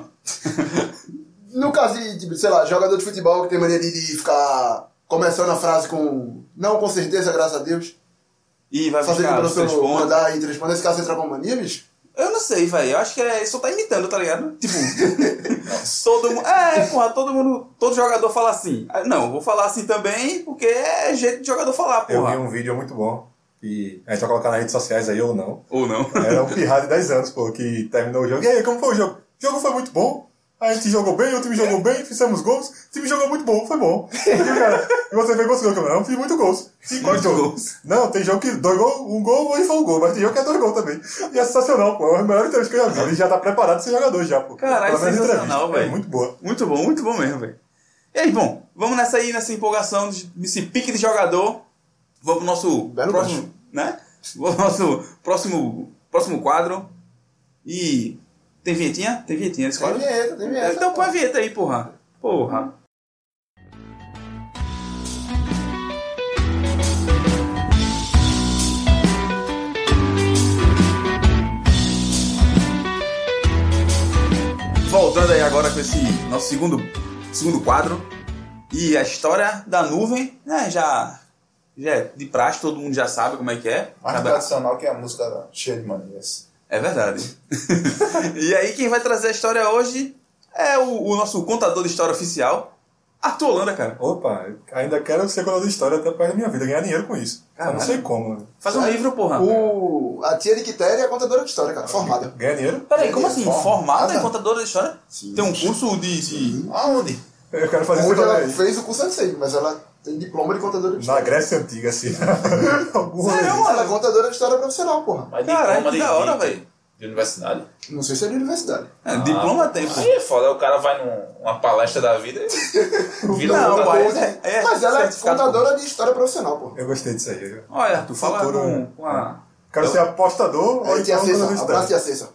No caso de, de, sei lá, jogador de futebol que tem mania de, de ficar começando a frase com. Não, com certeza, graças a Deus. E vai Fazer que o buscar os três professor pontos. mandar e transponder. Esse caso entra com mania, bicho? Eu não sei, velho. Eu acho que é, só tá imitando, tá ligado? [LAUGHS] Tipo, todo mundo. É, porra, todo mundo. Todo jogador fala assim. Ah, Não, vou falar assim também, porque é jeito de jogador falar, Eu porra. vi um vídeo muito bom. E a gente vai colocar nas redes sociais aí ou não. Ou não. Era um pirrado de 10 anos, pô, que terminou o jogo. E aí, como foi o jogo? O jogo foi muito bom. A gente jogou bem, o time jogou bem, fizemos gols. O time jogou muito bom, foi bom. [LAUGHS] E, o cara, e você fez quantos gols, Camarão? Eu fiz muito gols. Cinco Muito gols. gols. Não, tem jogo que dois gols, um gol e foi um gol. Mas tem jogo que é dois gols também. E é sensacional, pô. É o melhor entrevista que eu já vi. Ele já tá preparado pra ser jogador já, pô. Caralho, Pelo menos a sensacional, entrevista. velho. É muito boa. Muito bom, muito bom mesmo, velho. E aí, bom, vamos nessa aí, nessa empolgação, de- nesse pique de jogador. Vamos pro nosso Belo próximo. Né? Vamos pro nosso próximo, próximo quadro. E. Tem vinhetinha? Tem vinhetinha nesse Tem quadro? vinheta, tem vinheta. Então põe a vinheta aí, porra. Porra. Voltando aí agora com esse nosso segundo, segundo quadro. E a história da nuvem, né? Já, já é de praxe, todo mundo já sabe como é que é. Mais Cada- tradicional que é a música cheia de manias. é verdade. [LAUGHS] e aí, quem vai trazer a história hoje é o, o nosso contador de história oficial, Arthur Holanda, cara. Opa, ainda quero ser contador de história até para da minha vida, ganhar dinheiro com isso. Eu Caralho. não sei como. né? Faz um livro, porra. O, a tia de Quitéria é contadora de história, cara, formada. Ganhar dinheiro? Peraí, como assim? Formada? Formada em contadora de história? Sim. Tem um curso de. de- Aonde? Eu quero fazer isso Onde ela também. fez o curso antes, mas ela tem diploma de contadora de Na história. Grécia Antiga, assim. Algum rolê. Sério, Ela é mano? contadora de história profissional, porra. Mas Caralho, diploma que de- da hora, de- velho. De universidade. Não sei se é de universidade. É, diploma tem, pô. Aí é foda, aí o cara vai num- numa palestra da vida [LAUGHS] e vira Não, um pai. pai. Mas é- é mas ela é certificado, contadora de história profissional, porra. Eu gostei disso aí. Eu Olha, Arthur, fala Futuro, com, né? com a. Quero ser apostador ou Aí, tia então contador de Cessa, abraço história. tia Cessa.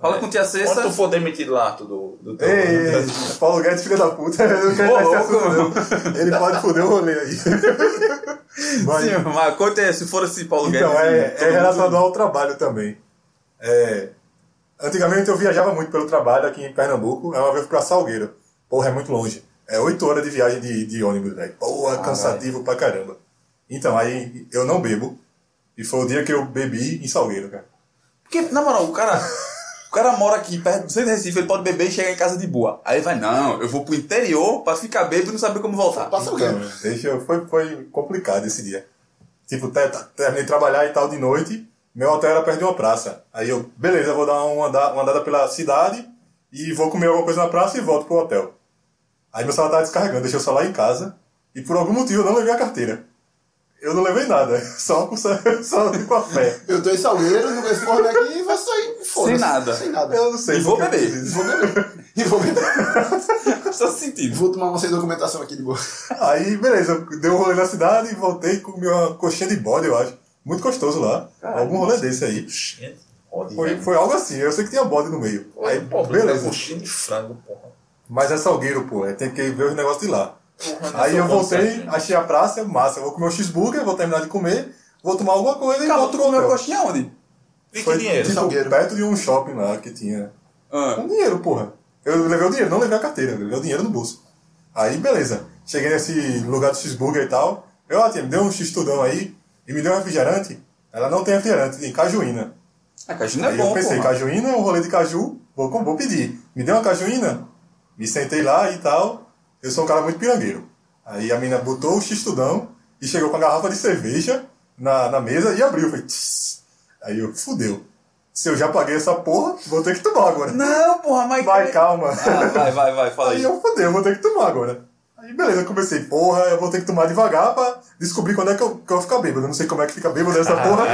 Fala com tia Quando Cessa. tu for demitido lá, tu do, do teu- Ei, ei, Paulo Guedes, filho da puta. [LAUGHS] Eu não quero Ô, dar esse louco. assunto, não. Ele pode foder o rolê aí. [LAUGHS] Mas, Sim, mas conta aí, se for esse Paulo então, Guedes. é, todo é mundo- relacionado ao trabalho também. É, antigamente eu viajava muito pelo trabalho aqui em Pernambuco. Aí uma vez eu fui pra Salgueiro. Porra, é muito longe. É oito horas de viagem de, de ônibus, velho. Porra, cansativo pra caramba. Então, aí eu não bebo. E foi o dia que eu bebi em Salgueiro, cara. Porque, na moral, o cara. O cara mora aqui perto do centro de Recife, ele pode beber e chegar em casa de boa. Aí vai, não, eu vou pro interior pra ficar bêbado e não saber como voltar. [LAUGHS] Passa alguém. Então, deixa eu- foi, foi complicado esse dia. Tipo, te- te- terminei de trabalhar e tal de noite, meu hotel era perto de uma praça. Aí eu, beleza, vou dar uma, anda- uma andada pela cidade e vou comer alguma coisa na praça e volto pro hotel. Aí meu celular tava descarregando, deixei o celular em casa e por algum motivo eu não levei a carteira. Eu não levei nada, [LAUGHS] só com [LAUGHS] só com a fé. Eu tô em Salgueiro, não conheço porra daqui e vou sair. foda-se. nada. Sem nada. Eu não sei. E vou porque eu beber. fiz isso. Vou beber. E vou beber. Só sentido. Vou tomar uma sem documentação aqui de boa. [LAUGHS] Aí, beleza, dei um rolê na cidade e voltei com uma coxinha de bode, eu acho. Muito gostoso lá. Algum rolê desse aí. Gente, ódio, Foi, velho. foi algo assim, eu sei que tinha bode no meio. Aí, Pô, beleza. coxinha um de frango, porra. Mas é salgueiro, pô, é, tem que ver os negócios de lá. Porra, tá Aí nessa eu voltei, condição, gente. achei a praça, massa, eu vou comer um cheeseburger, vou terminar de comer, vou tomar alguma coisa e Acabou, volto tu pro comeu hotel. coxinha onde? E que Foi dinheiro? tipo, Salgueiro. perto de um shopping lá que tinha. Ah, Com dinheiro, porra. Eu levei o dinheiro, não levei a carteira, eu levei o dinheiro no bolso. Aí, beleza. Cheguei nesse lugar do cheeseburger e tal. Eu, ó, tia, me deu um x-tudão aí e me deu um refrigerante. Ela não tem refrigerante, tem cajuína. a caixinha é Aí bom, eu pensei, porra. cajuína é um rolê de caju, vou, com- vou pedir. Me deu uma cajuína, me sentei lá e tal. Eu sou um cara muito pirangueiro. Aí a menina botou o xistudão e chegou com a garrafa de cerveja na, na mesa e abriu. Foi, tss. Aí eu, fudeu. Se eu já paguei essa porra, vou ter que tomar agora. Não, porra, mas... Vai, calma. Ah, vai, vai, vai, fala Aí aí. eu fudeu, vou ter que tomar agora. Aí beleza, eu comecei, porra, eu vou ter que tomar devagar pra descobrir quando é que eu, que eu vou ficar bêbado. Eu não sei como é que fica bêbado essa porra.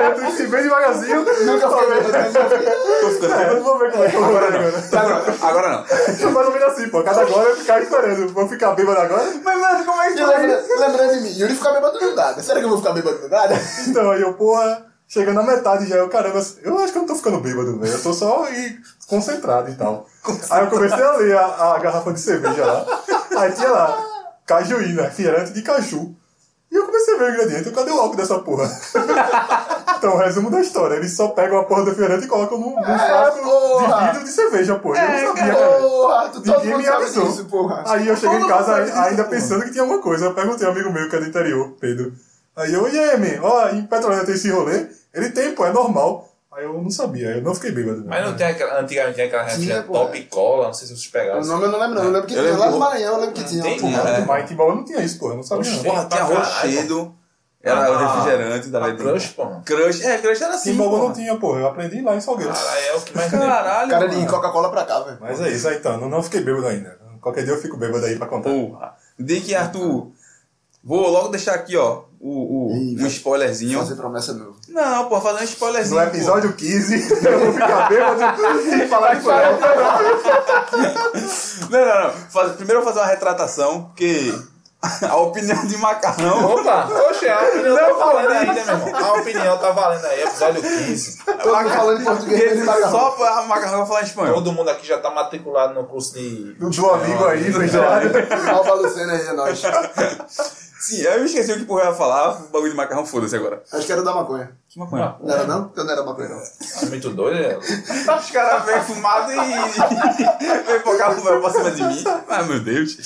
Eu tenho que ir bem devagarzinho. Nunca falei bêbado na minha vida. Tô ficando É, eu bêbado. vou ver como é que eu vou agora. Agora, agora não. Mais ou menos assim, pô. Cada agora eu ficar esperando. Vou ficar bêbado agora? Mas, mano, como é E lembra- Lembrando de mim, Yuri ficar bêbado do nada. Será que eu vou ficar bêbado do nada? Então, aí eu, porra, chegando na metade já, eu, caramba, eu acho que eu não tô ficando bêbado, velho. Eu tô só aí, concentrado e tal. Aí eu comecei a ler a, a garrafa de cerveja lá. Aí tinha lá, cajuína, refrigerante de caju. E eu comecei a ver o ingrediente, eu, cadê o álcool dessa porra? [LAUGHS] então, resumo da história, eles só pegam a porra do refrigerante e colocam num, num frasco porra. de vidro de cerveja, É, porra. eu não sabia, cara. Porra, tu todo Ninguém mundo me sabe avisou. disso, porra. Aí eu cheguei Todo em casa mundo sabe ai- disso, ainda porra. pensando que tinha alguma coisa. Eu perguntei a um amigo meu que é do interior, Pedro. Aí eu, e aí, man? Ó, em Petrolina tem esse rolê? Ele tem, pô, é normal. Aí eu não sabia, eu não É. fiquei bêbado. Mas não tem aquela. Antigamente tinha aquela refrigerante porra. top cola, não sei se vocês Ah, pegaram. assim, O nome eu não lembro, não. Eu lembro que Eu tinha. lembro. Lá do Maranhão eu lembro que tinha. Tem, Porra. né? Mas em Timbaúba não tinha isso, porra, eu não sabia. Oxe, não. Porra, tinha pra caralho. rochedo. Era o Ah, refrigerante da A letra. crush, porra. Crush. É, crush era assim, Timbaúba não porra. tinha, porra. Eu aprendi lá em Salgueiro. Cara, é o que mais tem. Caralho, Cara de mano. Coca-Cola pra cá, velho. Mas é isso aí, então. Não, não fiquei bêbado ainda. Qualquer dia eu fico bêbado aí pra contar. Porra. Dick e Arthur, vou logo deixar aqui, ó, o, o- Ih, um vai spoilerzinho. Fazer promessa novo. Não, pô, fazer um spoilerzinho. No episódio 15, eu vou ficar bêbado e falar de porra. pô. Não, não, não. Faz- primeiro eu vou fazer uma retratação, porque [LAUGHS] a opinião de macarrão. Opa! Oxe, a opinião tá Não, valendo não. ainda, meu irmão. A opinião tá valendo aí, episódio 15. Todo mundo falando em português, Porque ele [LAUGHS] tá só pra- a macarrão vai falar em espanhol. Todo mundo aqui já tá matriculado no curso de. Do amigo aí, feijoada. Alba Lucena aí, é nóis. Sim, eu esqueci o que porra eu ia falar, o bagulho de macarrão, foda-se agora. Acho que era da maconha. Que maconha? Não era não? Eu não era maconha, não. É Muito doido, é? Os caras vêm fumado e. [LAUGHS] vem focar o véu pra cima de mim. Ai, meu Deus.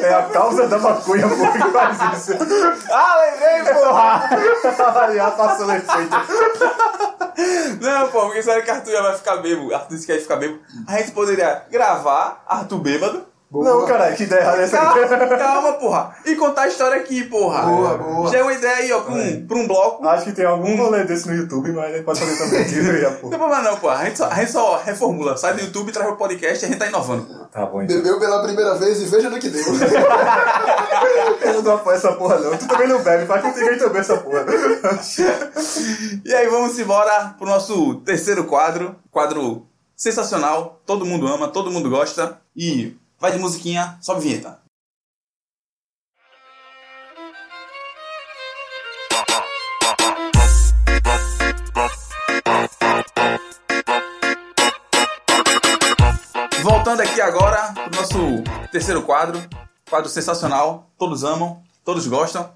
É a causa da maconha, porra, que faz isso. Ah, lembrei, porra! Pra [LAUGHS] variar, passando efeito. Não, pô, porque será que Arthur já vai ficar bêbado? Arthur disse que ia ficar bêbado. A gente poderia gravar Arthur bêbado. Boa. Não, caralho, que ideia errada é essa aqui. [LAUGHS] Calma, calma, porra. E contar a história aqui, porra. Boa, boa. Já é uma ideia aí, ó, pra um, pra um bloco. Acho que tem algum rolê desse no YouTube, mas ele pode fazer também aqui, eu ia, Não pô. tem problema não, porra. A gente só, a gente só reformula. Sai do YouTube, traz o podcast e a gente tá inovando, porra. Tá bom, então. Bebeu pela primeira vez e veja no que deu. Eu não apoio essa porra, não. Tu também não bebe, faz contigo aí também essa porra. né? E aí, vamos embora pro nosso terceiro quadro. Quadro sensacional. Todo mundo ama, todo mundo gosta. E vai de musiquinha, sobe a vinheta. Voltando aqui agora pro nosso terceiro quadro, quadro sensacional, todos amam, todos gostam.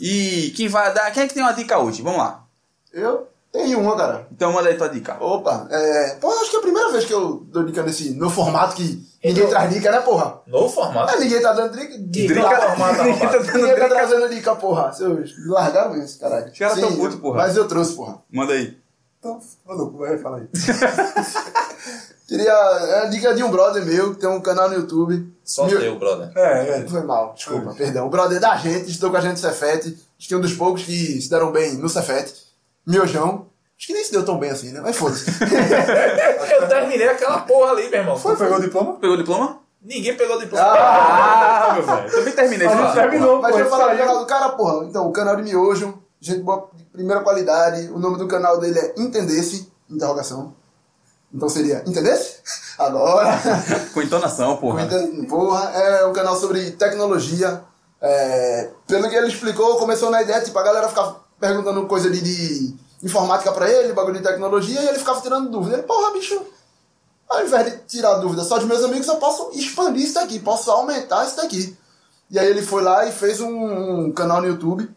E quem vai dar, quem é que tem uma dica hoje? Vamos lá. [LAUGHS] Eu? Tem uma, cara. Então manda aí tua dica. Opa, é. Pô, acho que é a primeira vez que eu dou dica nesse meu formato que ninguém Então- traz dica, né, porra? Novo formato? É, ninguém tá dando dica. dica. Drica- [LAUGHS] formato, Ninguém tá rapaz. dando Ninguém tá drica. trazendo dica, porra. Seus largaram isso, caralho. Os caras tão Sim, putos, porra. Mas eu trouxe, porra. Manda aí. Então, maluco, vai, fala aí. [LAUGHS] Queria. É a dica de um brother meu que tem um canal no YouTube. Só Meu- teu, [LAUGHS] brother. É, é. Foi mal, desculpa, perdão. O brother da gente, estou com a gente no Cefete. Acho que é um dos poucos que se deram bem no Cefete. Miojão. Acho que nem se deu tão bem assim, né? Mas foda-se. Eu terminei aquela porra ali, meu irmão. Foi, pegou o diploma? Pegou o diploma? Ninguém pegou de Ah, Ah, meu velho. Também terminei de A gente falar. terminou, mas pô. deixa eu isso falar aí. do canal do cara, porra. Então, o canal de Miojo, gente boa, de primeira qualidade. O nome do canal dele é Entendesse, interrogação. Então seria Entendesse? [LAUGHS] Agora. Com entonação, porra. Muita- Porra, é um canal sobre tecnologia. É, pelo que ele explicou, começou na ideia, tipo, a galera ficava perguntando coisa de, de informática pra ele, bagulho de tecnologia, e ele ficava tirando dúvida. Ele, porra, bicho, ao invés de tirar dúvida só de meus amigos, eu posso expandir isso daqui, posso aumentar isso daqui. E aí ele foi lá e fez um, um canal no YouTube.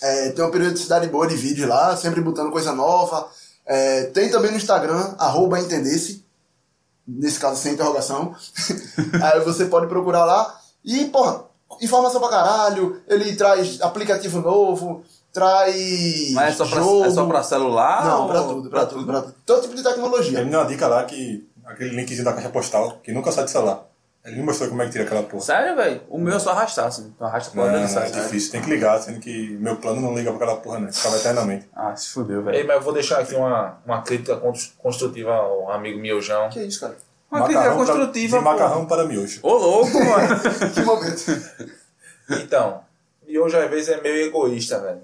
É, tem uma periodicidade boa de vídeos lá, sempre botando coisa nova. É, tem também no Instagram, arroba entendesse nesse caso sem interrogação. [LAUGHS] Aí você pode procurar lá. E, porra, informação pra caralho. Ele traz aplicativo novo, traz. Mas é só, pra, jogo. é só pra celular? Não, ou- É pra tudo, pra tudo, pra tudo. Todo tipo de Ele tecnologia. me deu uma dica lá que aquele linkzinho da caixa postal, que nunca sai do celular. Ele me mostrou como é que tira aquela porra. Sério, velho? O meu é só arrastar, assim. Tu arrasta pra Não, dentro não, e é sai. difícil, tem que ligar, sendo que meu plano não liga pra aquela porra, né? Ficava eternamente. Ah, se fudeu, Ei, velho. mas eu vou deixar aqui uma, uma crítica cons- construtiva ao amigo Miojão. Que isso, cara? Uma crítica pra- construtiva, de pô. macarrão para miojo. Ô, louco, mano. [LAUGHS] Que momento. Então, Miojo às vezes é meio egoísta, velho.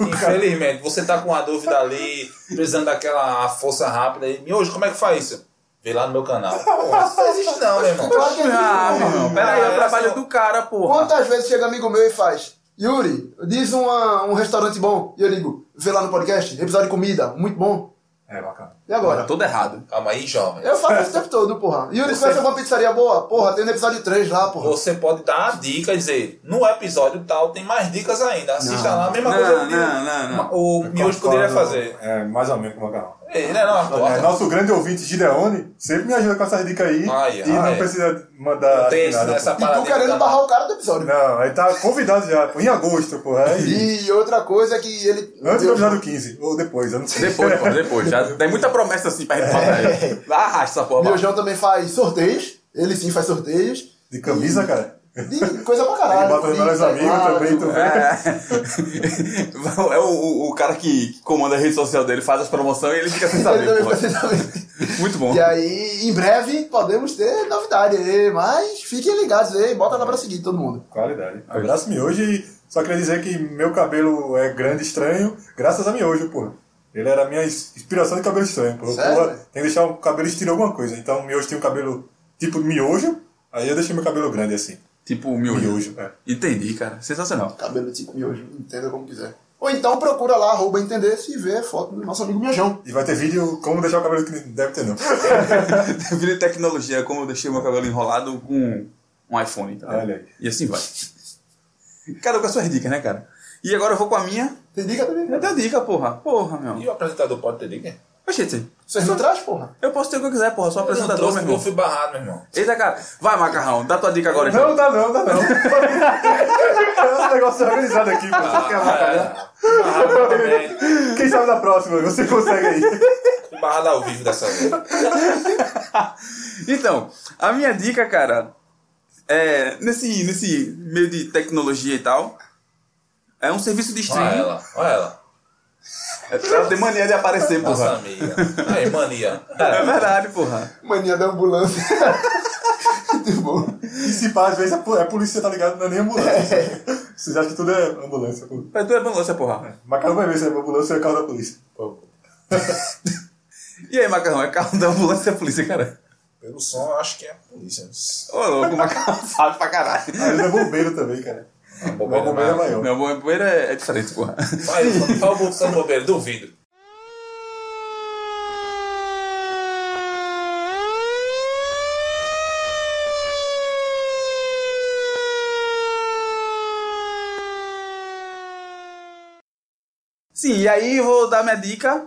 Infelizmente, você tá com uma dúvida ali, precisando daquela força rápida. E, Miojo, como é que faz isso? Vê lá no meu canal. Porra, isso não existe não, meu irmão. Claro que é ah, meu isso, irmão. porra. Pera aí, é o Ah, trabalho só- do cara, porra. Quantas vezes chega amigo meu e faz? Yuri, diz uma- um restaurante bom. E eu digo, vê lá no podcast, episódio de comida, muito bom. É, macarrão. E agora? Todo errado. Calma aí, jovem. Eu faço isso o tempo todo, porra. Yuri, conhece alguma pizzaria boa? Porra, tem no episódio 3 lá, porra. Você pode dar a dica e dizer, no episódio tal tem mais dicas ainda. Assista lá, a mesma Não, coisa. que não, não, não. O Miojo poderia fazer. É, mais ou menos com macarrão. Ele não é uma É, porta. nosso grande ouvinte, Gideone, sempre me ajuda com essas dicas aí. Ai, e ai. não precisa mandar. Tem nada, pô. essa E parada. tu querendo barrar o cara do episódio. tá Não, ele tá convidado já, pô, em agosto, pô. Aí, E outra coisa é que ele. antes do episódio 15, ou depois, eu não sei. Depois, pô, depois. Já tem muita promessa assim pra gente passar aí. Vai, Arrasta essa O porra. vai. Miojão também faz sorteios. Ele sim faz sorteios. [LAUGHS] De camisa, cara. De coisa pra Ele caralho. bota os de melhores amigos teclado, também, tu vê. [LAUGHS] É, é o, o- o cara que comanda a rede social dele, faz as promoções e ele fica sem Ele saber, também porra. faz também. Muito bom. E aí, em breve, podemos ter novidade aí. Mas fiquem ligados aí. Bota lá pra seguir todo mundo. Qualidade. Abraço miojo e só queria dizer que meu cabelo é grande e estranho, graças a miojo, porra. Ele era a minha ins- inspiração de cabelo estranho, porra. Sério? Porra, tem que deixar o cabelo estilo alguma coisa. Então, miojo tem um cabelo tipo miojo, aí eu deixei meu cabelo grande assim. Tipo o miojo. Miojo, é. Entendi, cara. [LAUGHS] Sensacional. Cabelo tipo Miojo. Entenda como quiser. Ou então procura lá, arroba entender se vê a foto do nosso amigo Miojão. E vai ter vídeo como deixar o cabelo que deve ter, não. [LAUGHS] Devido à tecnologia, como eu deixei meu cabelo enrolado com um iPhone. Tá ligado? Olha aí. E assim vai. Cada um com as suas dicas, né, cara? E agora eu vou com a minha. Tem dica também? Eu tenho dica, porra. Porra, meu. E o apresentador pode ter dica? Oxente, Vocês não traz, porra? eu posso ter o que eu quiser, porra. Sou um Eu não apresentador, trouxe meu porque eu irmão. fui barrado, meu irmão. Eita, cara. Vai, macarrão. Dá tua dica agora, então. Não, dá não, dá não. [LAUGHS] é um negócio organizado aqui, pô. Você é quer matar, né? Barrado também. né? Quem sabe na próxima, você consegue aí. Fui barrado ao vivo dessa vez. Então, a minha dica, cara, é. Nesse, nesse meio de tecnologia e tal. É um serviço de Olha streaming. ela, olha ela. Ela tem mania de aparecer, Nossa porra. amiga. [LAUGHS] Aí, mania. É verdade, porra. Mania da ambulância. Muito bom. E se pá, às vezes é pu- é polícia, tá ligado? Não é nem ambulância. Vocês acham que tudo é ambulância, pô. Mas tu é ambulância, porra. Macarrão vai ver se é ambulância ou é carro da polícia. E aí, macarrão? É carro da ambulância é polícia, cara. Pelo som, eu acho que é a polícia. Ô, louco, o macarrão [LAUGHS] sabe pra caralho. Às vezes é bombeiro também, cara. Não, Mas o bombeiro é maior. Meu bombeiro é, é diferente, porra. Vai, fala o bolsão do bombeiro, duvido. Sim, e aí eu vou dar minha dica,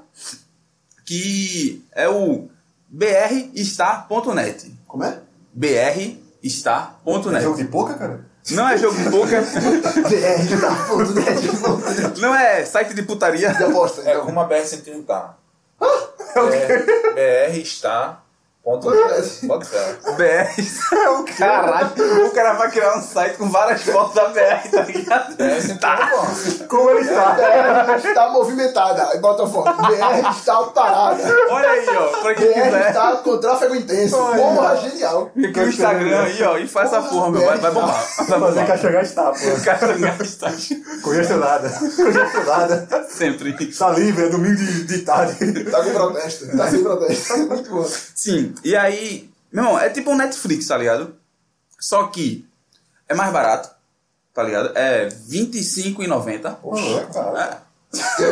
que é o brstar.net. Como é? É jogo brstar.net. de pouca, [LAUGHS] cara? Não é jogo de boca, BR, tá, ponto, né? [LAUGHS] não é site de putaria. De aposta. É Então. como a BR-101 tá. É, BR está. Ponto. é? Pode ser. BR. Caralho, o cara vai criar um site com várias fotos da BR, tá ligado? Tá bom. Como ele tá. [LAUGHS] está? BR está movimentada. Aí bota foto. BR está parada. Olha aí, ó, pra quem BR quiser. está com tráfego intenso. Ai, Porra, genial. Fica o Instagram aí, ó, e faz essa porra, meu. Vai, vai bombar. Vai Fazer bombar. cachorro está, pô. Castanhar está Congestionada. Congestionada. sempre. Saliva, é domingo de, de tarde. Tá com protesto. Tá sem protesto. Muito bom. Sim, e aí, meu irmão, é tipo um Netflix, tá ligado? Só que é mais barato, tá ligado? É R$25,90. Poxa, cara. É.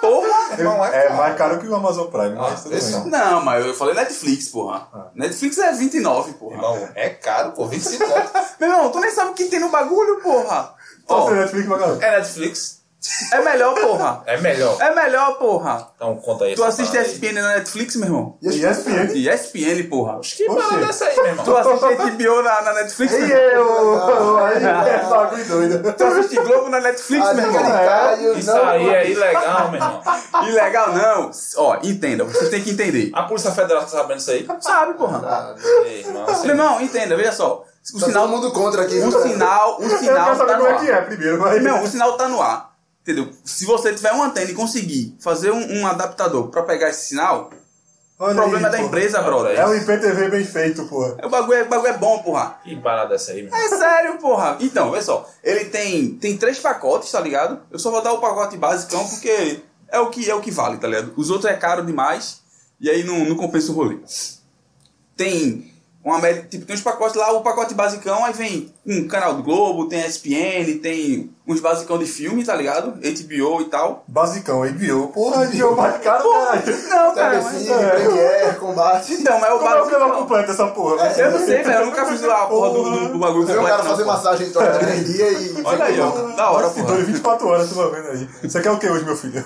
Porra! Não é, É cara. mais caro que o Amazon Prime, mas tudo esse bem. Não, mas eu falei Netflix, porra. Netflix é 29, porra. Irmão, é caro, pô. 25 anos. Meu irmão, tu nem sabe o que tem no bagulho, porra. Então Ó, você Netflix pra caramba. É Netflix. é melhor, porra. É melhor. É melhor, porra. Então conta aí. Tu essa assiste parada aí. ESPN na Netflix, meu irmão? E ESPN. ESPN, porra. Acho que parada Oxê. é essa aí, meu Tu irmão. assiste HBO na, na Netflix, meu irmão? eu! Aí é bagulho doido. Tu assiste Globo na Ah, Netflix, né, meu irmão? Caralho, Isso é não. aí é ilegal, meu irmão. Ilegal não. Ó, entenda, você tem que entender. A Polícia Federal tá sabendo isso aí? Sabe, porra. Ah, Ei, irmão, Meu você- irmão, entenda, veja só. O Tá sinal, todo mundo contra aqui. o um sinal, o Eu quero sinal saber tá como no é que ar. é primeiro, mas. Meu, o sinal tá no ar. Entendeu? Se você tiver uma antena e conseguir fazer um, um adaptador pra pegar esse sinal, o Olha problema é aí, da pô. empresa, brother. É um IPTV bem feito, pô. O bagulho, é- o bagulho é bom, porra. Que parada é essa aí, meu irmão? É sério, porra. Então, vê só. Ele tem, tem três pacotes, tá ligado? Eu só vou dar o pacote basicão porque é o que, é o que vale, tá ligado? Os outros é caro demais e aí não, não compensa o rolê. Tem uma média, tipo, tem uns pacotes lá, o pacote basicão, aí vem um canal do Globo, tem ESPN, tem uns basicão de filme, tá ligado? HBO e tal. Basicão, HBO. Porra, HBO mais caro, caralho. Tá É, Não, cara, mas... Telecine, Premier, um combate. Então, mas é o Como é o canal basicão. completo dessa porra? Eu não sei, velho, eu nunca fiz a porra do, do, do bagulho Vê o é um completo, cara não, fazer porra. massagem em troca de três dias e... É. um Olha aí, ó. Da hora, porra. Bastidores 24 horas, tu vai vendo aí. Você quer o que hoje, [LAUGHS] meu filho?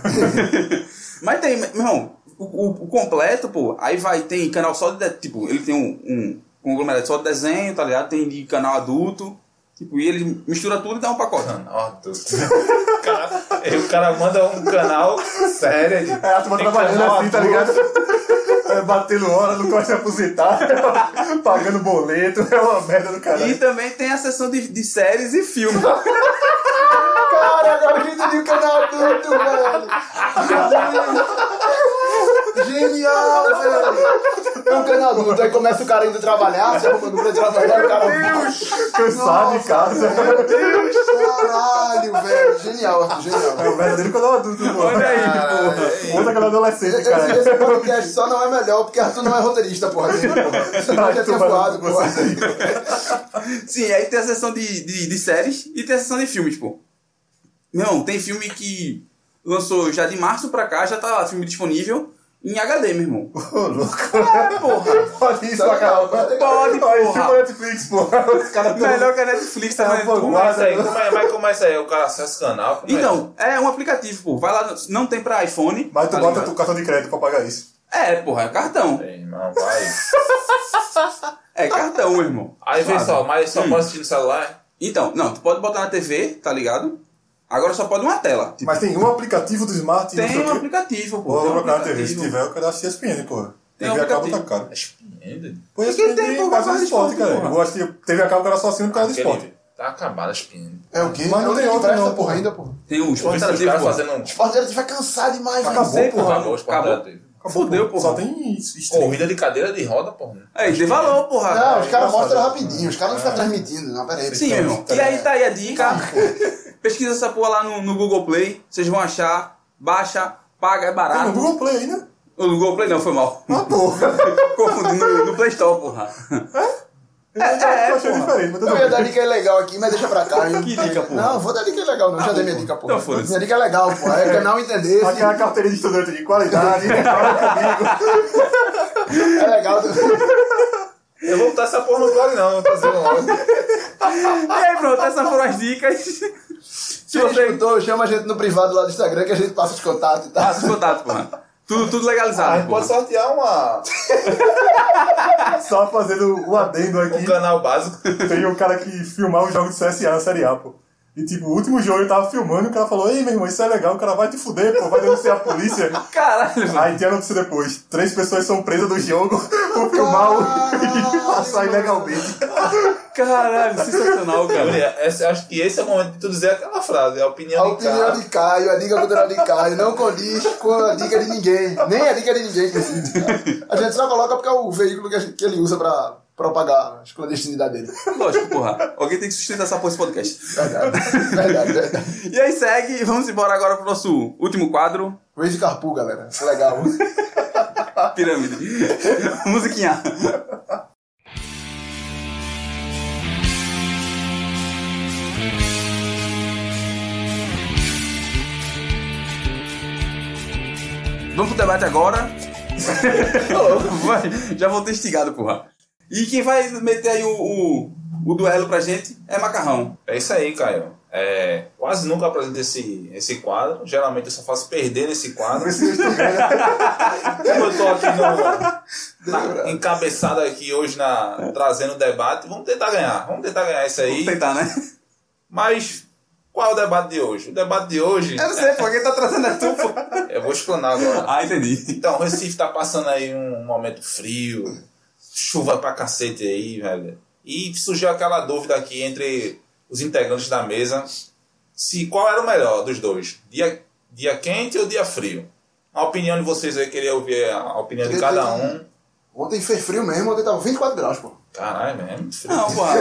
Mas tem, meu irmão, o, o- o completo, pô, aí vai, tem canal só de, de- tipo, ele tem um, um conglomerado só de desenho, tá ligado? Tem de canal adulto, tipo, e ele mistura tudo e dá um pacote. Ó, tu- o cara- e o cara manda um canal sério. de- É, a turma tem trabalhando canal assim, tá adulto. ligado? [LAUGHS] É, batendo hora, não pode se aposentar, [LAUGHS] pagando boleto, é uma merda do E caralho. também tem a seção de, de séries e filmes. Cara, agora eu entendi o canal adulto, velho. Genial, velho. É um canal adulto. Aí começa o cara indo trabalhar, se arrumando pra trabalhar, o cara... Cansado em casa. Caralho, velho. Genial, Arthur, genial. É o verdadeiro canal adulto, pô. Olha aí, porra. Outra canal é adolescente, Esse, cara. esse podcast só não é melhor porque Arthur não é roteirista, [LAUGHS] porra. Senão Ai, já tinha tomara voado, que porra. Sim, aí tem a seção de, de, de séries e tem a seção de filmes, pô. Meu irmão, tem filme que lançou já de março pra cá, já tá lá, filme disponível em HD, meu irmão. Ô, louco. É, porra. Pode ir, Tá sua legal, canal. tá legal. Pode, Olha, esse filme é porra. Netflix, pô. Os caras tão... Melhor que a Netflix, tá É, pô, vendo? Como é isso aí? Como é, mas como é isso aí? O cara acessa o canal? como é? Então, é um aplicativo, pô. Vai lá, não tem pra iPhone. Mas tu tá bota ligado? tu cartão de crédito pra pagar isso. É, porra, é cartão. Ei, irmão, vai. É cartão, meu irmão. Aí vem Suave. só, mas só Hum. pode assistir no celular? Então, não, tu pode botar na TV, tá ligado? Agora só pode uma tela. Tipo, Mas tem um aplicativo do Smart e não tem sei um o quê. aplicativo, pô. Vou tem um procurar na TV. Se aplicativo. tiver, eu quero assistir ESPN, pô. Tem um TV a cabo tá aplicativo. caro. Espinha. Pô, Porque ESPN tem, pô, por causa do causa de esporte, esporte, cara. porra. Eu gosto de... TV a cabo, o cara só assina por causa do esporte. Tá acabada a espinha. É o quê? Mas não É o tem que outro presta, não, porra, pô. ainda, porra. Tem um Os caras esportativo, porra. fazendo um... Esporte vai cansar demais, velho. Acabou, Sei, porra. porra. Acabou, os Acabou. quadradeiros. Acabou, Fudeu, pô. porra. Só tem stream. tá Corrida de cadeira de roda, porra. Aí, tem valor, porra. Não, os caras engraçado. mostram rapidinho, os caras não ficam transmitindo. Não, pera aí. Sim, meu irmão. E aí tá aí a dica. Pesquisa essa porra lá no, no Google Play. Vocês vão achar. Baixa, paga, é Tem no barato. Google Play ainda. No Google Play não, foi mal. Ah, [LAUGHS] porra. Confundi no, no Play Store, porra. Eu é, achei porra. diferente, mas tudo Eu ia bem. dar dica legal aqui, mas deixa pra cá. hein? Que dica, porra? Não, vou dar dica legal, não. Já dei minha dica, porra. Então foda-se. minha dica é legal, porra. É canal entender. se- Aquela carteirinha de estudante de qualidade, fala comigo. É legal. Eu vou botar essa porra no blog, não. Eu vou fazer um E aí, pronto, essas foram as dicas. Se você escutou, chama a gente no privado lá do Instagram que a gente passa os contatos e tal. Passa os contatos, porra. Tudo, tudo Ah, a legalizado, gente pode porra. sortear uma, Só fazendo um adendo aqui. um canal básico. Tem um cara que filmava os jogos do CSA na Série A, pô. E tipo, o último jogo ele tava filmando e o cara falou, ei meu irmão, isso é legal, o cara vai te fuder, pô, vai denunciar a polícia. Caralho, velho. Aí tem a notícia depois, três pessoas são presas do jogo [LAUGHS] por filmar o... e passar ilegalmente. Caralho, sensacional, cara. Júlia, esse- acho que esse é o momento de tu dizer aquela frase, a A opinião, de opinião cara. de Caio, a dica cultural de Caio, não condiz com a dica de ninguém. Nem a dica de ninguém, inclusive. A gente só coloca porque é o veículo que, a gente- que ele usa pra propagar a clandestinidade dele. Lógico, porra. Alguém tem que sustentar essa porra desse podcast. Verdade, verdade, verdade. E aí segue, vamos embora agora pro nosso último quadro, Raise Carpool, galera. Isso é Legal. a pirâmide. [LAUGHS] Musiquinha. Vamos pro debate [LAUGHS] agora. Vai, Já vou ter instigado, porra. E quem vai meter aí o, o, o duelo pra gente é [LAUGHS] Macarrão. É isso aí, Caio. É, quase nunca apresento esse, esse quadro. Geralmente eu só faço perder nesse quadro. Como eu tô aqui [LAUGHS] no, na- encabeçado aqui hoje na, trazendo o debate, vamos tentar ganhar. Vamos tentar ganhar isso aí. É. Vamos tentar, né? Mas qual é o debate de hoje? O debate de hoje. Eu não sei, pô. Quem tá trazendo é tu, pô. Eu vou explanar agora. Ah, entendi. Então, o Recife tá passando aí um momento frio, chuva pra cacete aí, velho. E surgiu aquela dúvida aqui entre os integrantes da mesa se qual era o melhor dos dois, dia, dia quente ou dia frio. A opinião de vocês aí, queria ouvir a opinião de cada um. Ontem fez frio mesmo, ontem tava 24 graus, pô. Caralho, é muito frio. Não, porra.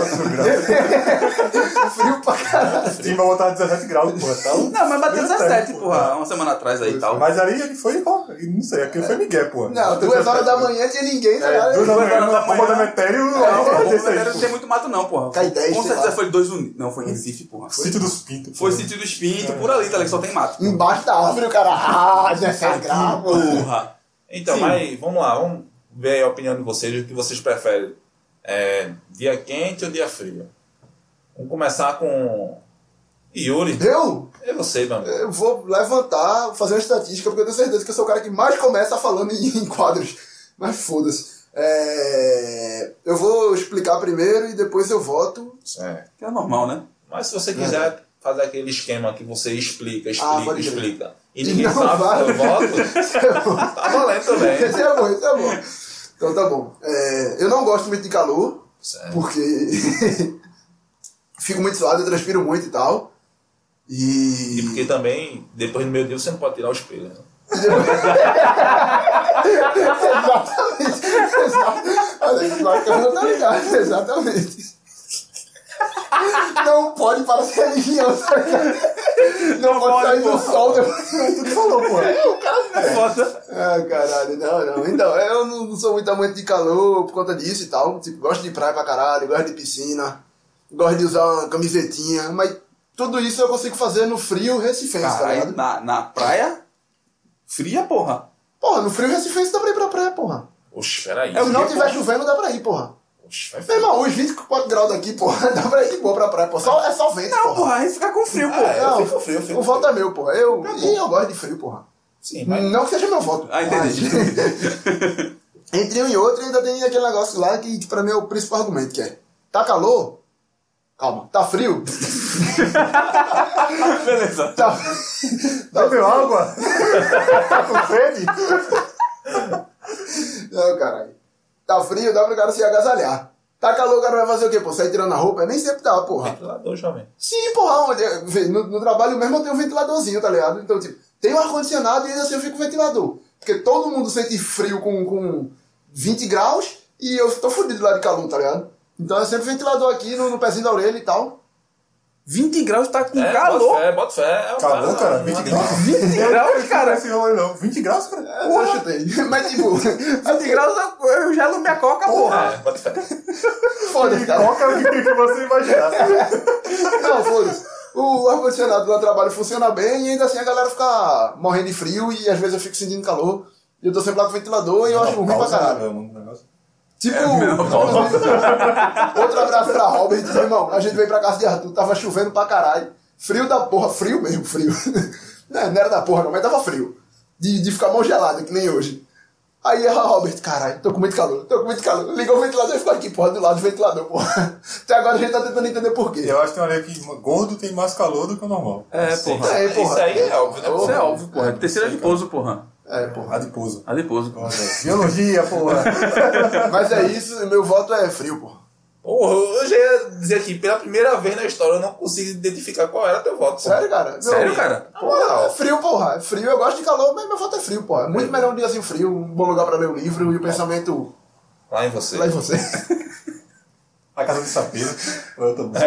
Frio pra caralho. Sim, vai botar 17 graus, pô, então... Não, mas bateu Meu 17, tempo, porra, uma semana atrás aí e tal. Mas ali ele foi, pô, não sei, aquele foi Miguel, pô. Não, duas horas da manhã tinha ninguém, tá É, ligado? duas horas da horas da manhã, manhã. bomba da metério, Não, porra, não tem é, muito mato não, porra. é Cai dez, Com sei certeza lá. foi dois unidos. Não, foi em Recife, porra. Foi, Sítio dos [LAUGHS] Pintos. foi sítio do espinto, É. por ali, tá ligado? Só tem mato. Embaixo da árvore o cara. Ah, Tá 17 graus, pô. Porra. Então, Sim. mas vamos lá, vamos ver aí a opinião de vocês, o que vocês preferem. É, dia quente ou dia frio? Vamos começar com Yuri. Eu? É você, meu amigo. Eu vou levantar, fazer uma estatística, porque eu tenho certeza que eu sou o cara que mais começa falando em, em quadros. Mas foda-se. É, Eu vou explicar primeiro e depois eu voto. É. Que é normal, né? Mas se você quiser fazer aquele esquema que você explica, Ah, explica, pode crer. explica, e E ninguém não sabe vale. qual eu voto, tá valendo [LAUGHS] também. Isso é bom, isso é bom. Então tá bom. É, Eu não gosto muito de calor, Certo. porque [LAUGHS] fico muito suado, eu transpiro muito e tal. E porque também, depois do meio dia, você não pode tirar os pelos. né? exatamente. Exatamente. Olha aí, claro que eu não tô ligado. [LAUGHS] Exatamente. Não pode parecer religião, tá ligado? Não, pode, sair do sol depois. Tudo falou, pô. Foda. Ah, caralho, não, não. Então, eu não, não sou muito amante de calor por conta disso e tal. Tipo, gosto de praia pra caralho, gosto de piscina, gosto de usar uma camisetinha, mas tudo isso eu consigo fazer no frio recifense, tá Caralho, ligado? na, na praia, fria, porra. Porra, no frio recifense dá pra ir pra praia, porra. Oxe, peraí. Se não tiver chovendo, dá pra ir, porra. Oxe, vai Meu ver. irmão, os 24 graus daqui, porra, [LAUGHS] dá pra ir de boa pra praia, pô. Só, é só vento, Não, porra. porra, aí fica com frio, Ah, porra. é. eu Não, fico frio, eu fico o voto é meu, porra. Eu, e eu gosto de frio, porra. Sim, mas... Não que seja meu voto. Ah, entendi. [LAUGHS] Mas, [LAUGHS] entre um e outro ainda tem aquele negócio lá que, que pra mim é o principal argumento, que é... Tá calor? Calma. Tá frio? [LAUGHS] Beleza. Tá, tá Bebeu água? tá com sede? [LAUGHS] Não, caralho. Tá frio, dá pro cara se agasalhar. Tá calor, o cara vai fazer o quê, pô? Sair tirando a roupa? Nem sempre dá, porra. Ventilador, jovem. Sim, porra, onde, vê, no, no trabalho mesmo eu tenho um ventiladorzinho, tá ligado? Então, tipo, tem um ar-condicionado e ainda assim eu fico com ventilador. Porque todo mundo sente frio com, com 20 graus e eu tô fudido lá de calor, tá ligado? Então é sempre ventilador aqui no, no pezinho da orelha e tal. 20 graus tá com É, Bota calor. fé, bota fé. É o Calor, cara, 20 graus. 20 graus, Não é cara. esse rolê, não. 20 graus, cara? [LAUGHS] Eu chutei. [LAUGHS] Mas tipo, 20 graus eu- eu gelo minha coca, porra. É, bota fé. foda-se, cara. Coca o que você imaginar. Não, foda-se. O ar-condicionado lá no trabalho funciona bem e ainda assim a galera fica morrendo de frio e às vezes eu fico sentindo calor. E eu tô sempre lá com ventilador e eu acho ruim pra caralho. Tipo, É [LAUGHS] outro abraço pra Robert, irmão. A gente veio pra casa de Arthur, tava chovendo pra caralho. Frio da porra, frio mesmo, frio. [LAUGHS] Não, não era da porra não, mas tava frio. De, de ficar mão gelada, que nem hoje. Aí a Robert, caralho, tô com muito calor, tô com muito calor. Ligou o ventilador e ficou aqui, porra, do lado do ventilador, porra. [LAUGHS] Até agora a gente tá tentando entender por quê. Eu acho que tem uma lei que gordo tem mais calor do que o normal. É, porra. É, porra. Isso aí é óbvio, né? Isso é óbvio, porra. Terceira de pouso, porra. É, porra. Adiposo. Adiposo. Biologia, porra. Mas é isso, meu voto é frio, porra. Porra, eu já ia dizer aqui, pela primeira vez na história eu não consigo identificar qual era teu voto. Sério, cara? Meu, Sério, cara? Na moral, é frio, porra. É frio, eu gosto de calor, mas meu voto é frio, porra. É muito melhor um dia assim frio, um bom lugar pra ler um livro e o pensamento Lá em você. lá Tá em você. A casa de sapira. Eu tô [LAUGHS]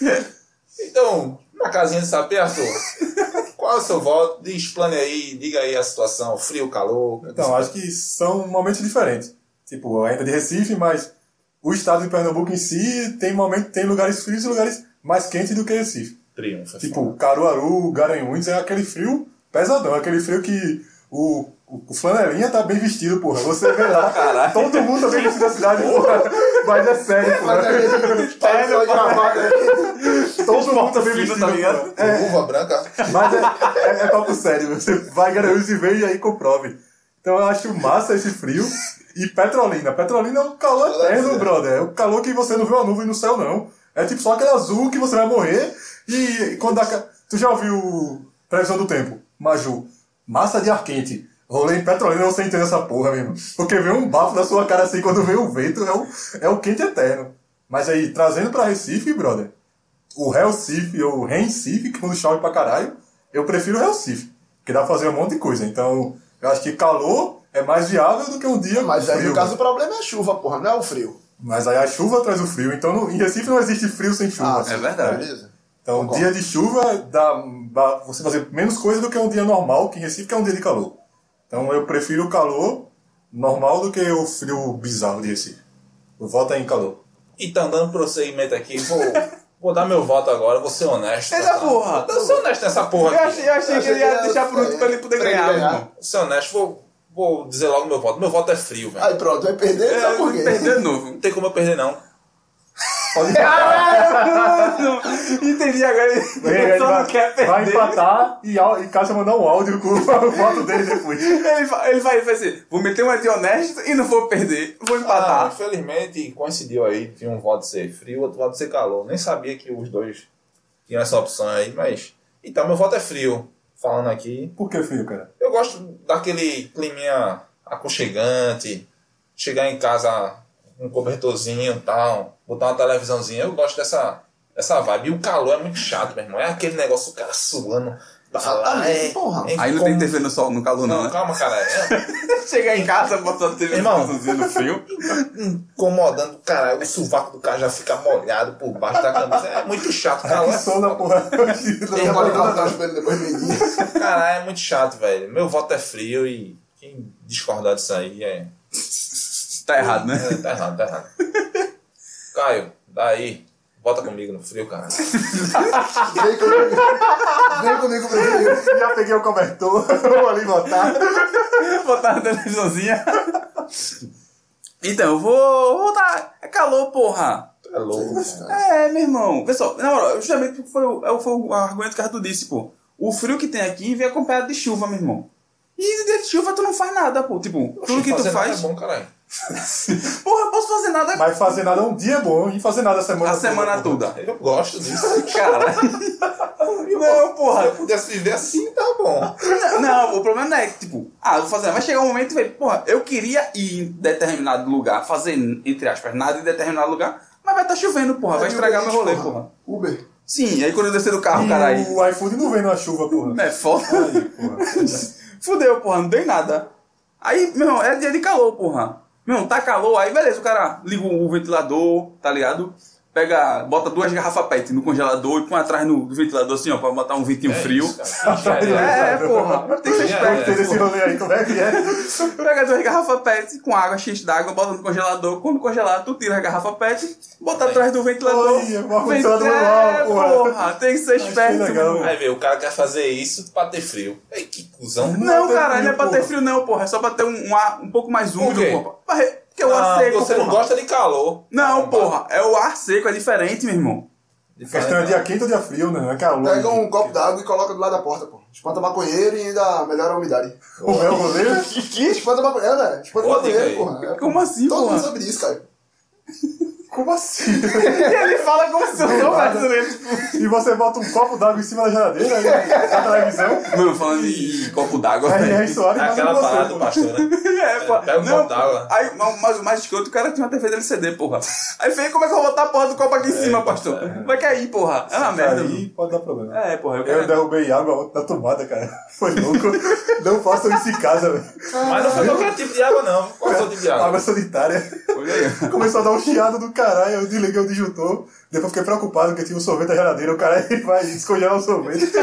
É. Então, na casinha de saber, Arthur, qual é o seu voto? Explane aí, diga aí a situação, frio, calor. é Então, acho que são momentos diferentes. Tipo, ainda de Recife, mas o estado de Pernambuco em si tem, momento, tem lugares frios e lugares mais quentes do que Recife. triunfa. Tipo, Caruaru, Garanhuns é aquele frio pesadão, aquele frio que o, o, o flanelinha tá bem vestido, porra. Você vê [LAUGHS] lá, todo mundo tá bem vestido da cidade, porra. Mas é sério, Mas porra. [LAUGHS] é isso, tá só de gravata. Todo mundo tá bem fino, vestido, tá ligado? porra. Uva branca. Mas é, é, é papo sério, você vai Garanhuns e vê e aí comprove. Então eu acho massa esse frio. E Petrolina. Petrolina é um calor eterno, brother. É o calor que você não vê uma nuvem no céu, não. É tipo só aquele azul que você vai morrer. E quando dá. ca- Tu já ouviu Previsão do Tempo, Maju? Massa de ar quente. Rolê em Petrolina, você entende essa porra mesmo. Porque vem um bafo na sua cara assim quando vem o vento, é o, é o quente eterno. Mas aí, trazendo pra Recife, brother, o Hellsif ou Rensif, que quando chove pra caralho, eu prefiro o Hellsif, que dá pra fazer um monte de coisa. Então, eu acho que calor é mais viável do que um dia Mas aí, frio. no caso, o problema é a chuva, porra, não é o frio. Mas aí a chuva traz o frio, então no- em Recife não existe frio sem chuva. é verdade. Ah, Beleza. Então, um dia de chuva dá, dá você fazer menos coisa do que um dia normal, que em Recife que é um dia de calor. Então, eu prefiro o calor normal do que o frio bizarro de Recife. O voto é em calor. Então, dando prosseguimento aqui, vou, vou dar meu voto agora, vou ser honesto. tá? Eita porra! Eu sou honesto nessa porra aqui. achei que ele ia deixar por último pra ele poder ganhar, irmão. Vou ser honesto, vou, vou dizer logo meu voto. Meu voto é frio, velho. Aí pronto, vai É, perder, sabe por quê? [LAUGHS] Perdeu de novo. Não tem como eu perder, não. Pode empatar. Ah, Entendi agora. Ele só não vai, quer vai perder. empatar e, au- e Cássio mandar um áudio com [LAUGHS] o voto dele depois. Ele vai, ele vai fazer, vou meter uma de honesto e não vou perder, vou Ah, empatar. infelizmente coincidiu aí de um voto ser frio, outro voto ser calor. Nem sabia que os dois tinham essa opção aí, mas. Então, meu voto é frio. Falando aqui. Por que frio, cara? Eu gosto daquele climinha aconchegante, chegar em casa com um cobertorzinho e tal, botar uma televisãozinha. Eu gosto dessa, dessa vibe. E o calor é muito chato, meu irmão. É aquele negócio, o cara suando. Tá lá, Exatamente, é, porra. Ah, é Aí não tem incômodo. TV no sol, no calor não, Não, né? calma, cara. É- Chegar em casa, botar a TV no Irmão. calorzinho no frio. incomodando, caralho, o sovaco do cara já fica molhado por baixo da camisa. É muito chato, cara. Que som da porra. Eu vou levantar os pés depois do menino. Caralho, é muito chato, velho. Meu voto é frio e quem discordar disso aí é. Tá errado, né? é, tá errado, tá errado. Caio, daí. Bota comigo no frio, cara. Vem comigo. Vem comigo pro frio. Já peguei o cobertor, [LAUGHS] vou ali votar. É. botar na televisãozinha. Então, eu vou voltar. É calor, porra. Tu é louco, cara. É, meu irmão. Pessoal, na moral, justamente foi, o- é o- foi o argumento que o Arthur disse, pô. O frio que tem aqui vem acompanhado de chuva, meu irmão. E dia de chuva tu não faz nada, pô. Tipo, tudo que tu Fazer nada faz. É bom, caralho. Porra, eu posso fazer nada Mas fazer nada um dia é bom e fazer nada é a semana a semana porra. toda. Eu gosto disso. Cara. [LAUGHS] não, Se eu porra. pudesse viver assim, tá bom. Não, não, o problema não é que, tipo, ah, vou fazer. Vai chegar um momento e vai, porra, eu queria ir em determinado lugar, fazer, entre aspas, nada em determinado lugar, mas vai estar chovendo, porra. Vai estragar meu rolê, porra. Uber. Sim, aí quando eu descer do carro, E caralho. o iFood não vem na chuva, porra. É foda. porra. [LAUGHS] Fudeu, porra, não tem nada. Aí, meu irmão, é dia de calor, porra. Meu irmão, tá calor, aí beleza, o cara liga o ventilador, tá ligado? Pega, bota duas garrafas PET no congelador e põe atrás no ventilador assim, ó, pra botar um ventinho frio. [LAUGHS] é, é, porra, tem que ser Já esperto. Teve esse rolê aí, como é que é? Pega duas garrafas PET com água, X d'água, bota no congelador. Quando congelar, tu tira a garrafa PET, bota atrás do ventilador. Olha, uma ventilador é, manual, porra. porra, tem que ser que esperto. legal. meu. Aí, vê, o cara quer fazer isso pra ter frio. Ei, que cuzão. Não, Não, cara, tem não é pra frio, ter frio, não, porra. É só pra ter um, um ar um pouco mais Por úmido, quê? porra. Pra re- Porque Que é o ar Ah, seco. você não porra. gosta de calor. Não, porra, é o ar seco, é diferente, meu irmão. [LAUGHS] A questão é dia quente ou dia frio, né? Não é calor. Pega um copo d'água e coloca do lado da porta, pô. Espanta maconheiro e ainda melhora a umidade. O réu goleiro. Que? Espanta maconheiro, né? Espanta Pô, maconheiro, diga aí. porra. É, Como assim, Todo porra? mundo sabe disso, cara. Como assim? É ele fala como se eu sou brasileiro. E você bota um copo d'água em cima da geladeira, aí, na televisão, Mano, falando de copo d'água, aí é velho. suado e Aquela parada do passa em você. pastor, [LAUGHS] né? É, pô. Pega um Não, copo d'água. Aí, ma- mas o mais escroto, o cara tinha uma TV de LCD, porra. Aí fez, como é que eu vou botar a porra do copo aqui em É, tá cima, pastor? Vai cair, porra. É uma merda. Aí pode dar problema. É, porra, eu Eu quero... derrubei água na tomada, cara. Foi louco. Não façam isso em casa, velho. Mas não foi qualquer tipo de água, não. Qual foi o tipo de água? Água sanitária. Olha aí. [LAUGHS] [LAUGHS] Começou a dar um chiado do caralho, eu desliguei o disjuntor. Depois fiquei preocupado porque tinha um sorvete na geladeira. O cara ele vai descongelar o sorvete. [LAUGHS]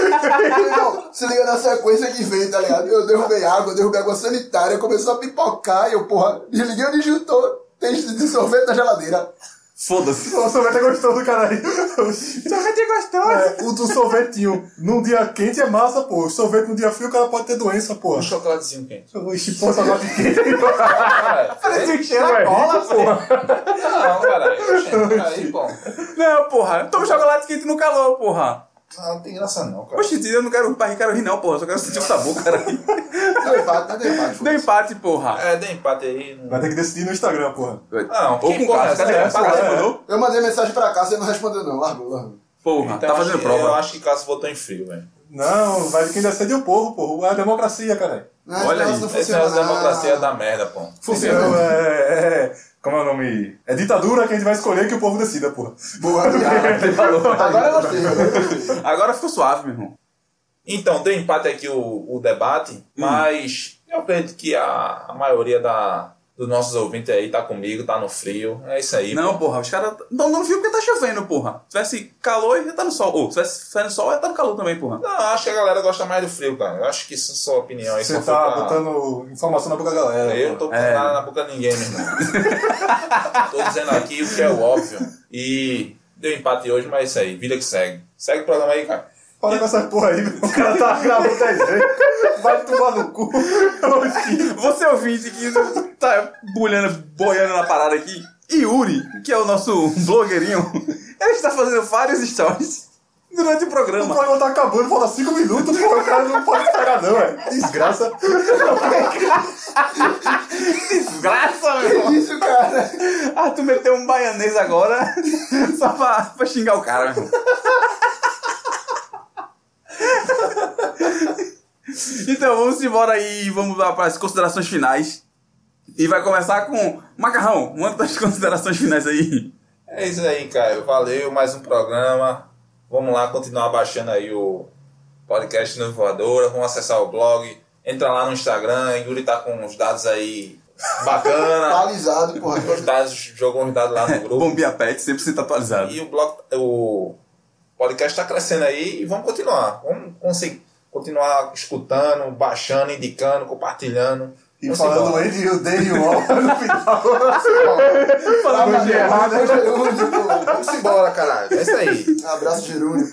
Então, se liga na sequência que vem, tá ligado? Eu derrubei água, eu derrubei água sanitária, começou a pipocar e eu, porra, desliguei o disjuntor, tem de sorvete na geladeira. Foda-se. O sorvete é gostoso, caralho. Sorvete gostoso. É, o do sorvetinho num dia quente é massa, pô. O sorvete num dia frio, o cara pode ter doença, pô. Um chocolatezinho quente. Ixi, pô, salgado de quente. Caralho. [LAUGHS] Parece um cheiro a cola, porra. Não, caralho. Gente, Aí, bom. Não, porra. Toma chocolate quente no calor, porra. Ah, Não tem graça, não, cara. Oxe, eu não quero, eu quero rir não, porra. Eu só quero sentir o sabor, [LAUGHS] caralho. Deu empate, né? Deu empate. Deu empate, porra. É, deu empate aí. [LAUGHS] não- Vai ter que decidir no Instagram, porra. Não, Ou que com né? porra cara. é Cadê essa? o cara? É. mandou? Eu mandei mensagem pra cá, você não respondeu não, largou, largou. Porra, Então, tá acho fazendo que- prova. Eu acho que Cássio votou em frio, velho. Não, vai ter quem decide é o povo, pô. É a democracia, caralho. Não, Olha esse aí, negócio não Esse funciona. negócio da democracia é da merda, pô. Então, é, é- Como é o nome? É ditadura que a gente vai escolher que o povo decida, porra. Boa, [LAUGHS] piada. Agora eu gostei, agora eu gostei. Agora ficou suave, meu irmão. Então, deu empate aqui o, o debate, Hum. mas eu acredito que a, a maioria da, dos nossos ouvintes aí tá comigo, tá no frio. É isso aí. Não, pô. porra, os caras não não viu porque tá chovendo, porra. Se tivesse calor, ia tá no sol. Ou se tivesse fazendo sol, ia tá no calor também, porra. Não, acho que a galera gosta mais do frio, cara. Eu acho que isso é sua opinião aí. Você só tá foi pra- botando informação na boca da galera. Eu não porra. tô com É. nada na boca de ninguém, meu [LAUGHS] irmão. tô dizendo aqui o que é o óbvio. E deu empate hoje, mas é isso aí. Vida que segue. Segue o programa aí, cara. Para com essa porra aí, meu. O cara tá gravando 10 vezes. Vai tomar no cu. Oxi. [LAUGHS] Você ouvinte que tá bolhando, boiando na parada aqui. Yuri, que é o nosso blogueirinho, [LAUGHS] ele está fazendo vários stories durante o O programa. programa tá acabando, falta 5 minutos, pô. O cara não pode estragar, não, é. Desgraça. Desgraça, meu irmão. Que isso, cara? [LAUGHS] Ah, tu meteu um baianês agora [LAUGHS] só pra, pra xingar o cara, [LAUGHS] meu irmão. Então vamos embora aí, vamos lá para as considerações finais. E vai começar com Macarrão, manda as considerações finais aí. É isso aí, Caio. Valeu, mais um programa. Vamos lá, continuar baixando aí o podcast Novo Voadora. Vamos acessar o blog. Entra lá no Instagram. Yuri tá com uns dados aí bacana. Balizado, porra. os dados, jogou uns dados lá no grupo. Bombinha Pet, sempre se atualizado. E o blog, o podcast está crescendo aí e vamos continuar. Vamos conseguir continuar escutando, baixando, indicando, compartilhando. E Vamos falando embora. Andy, o Day e o All no final. [LAUGHS] é Abraço, errado. Gerúnio, pô. Vamos embora, caralho. É isso aí. Abraço, Gerúnio.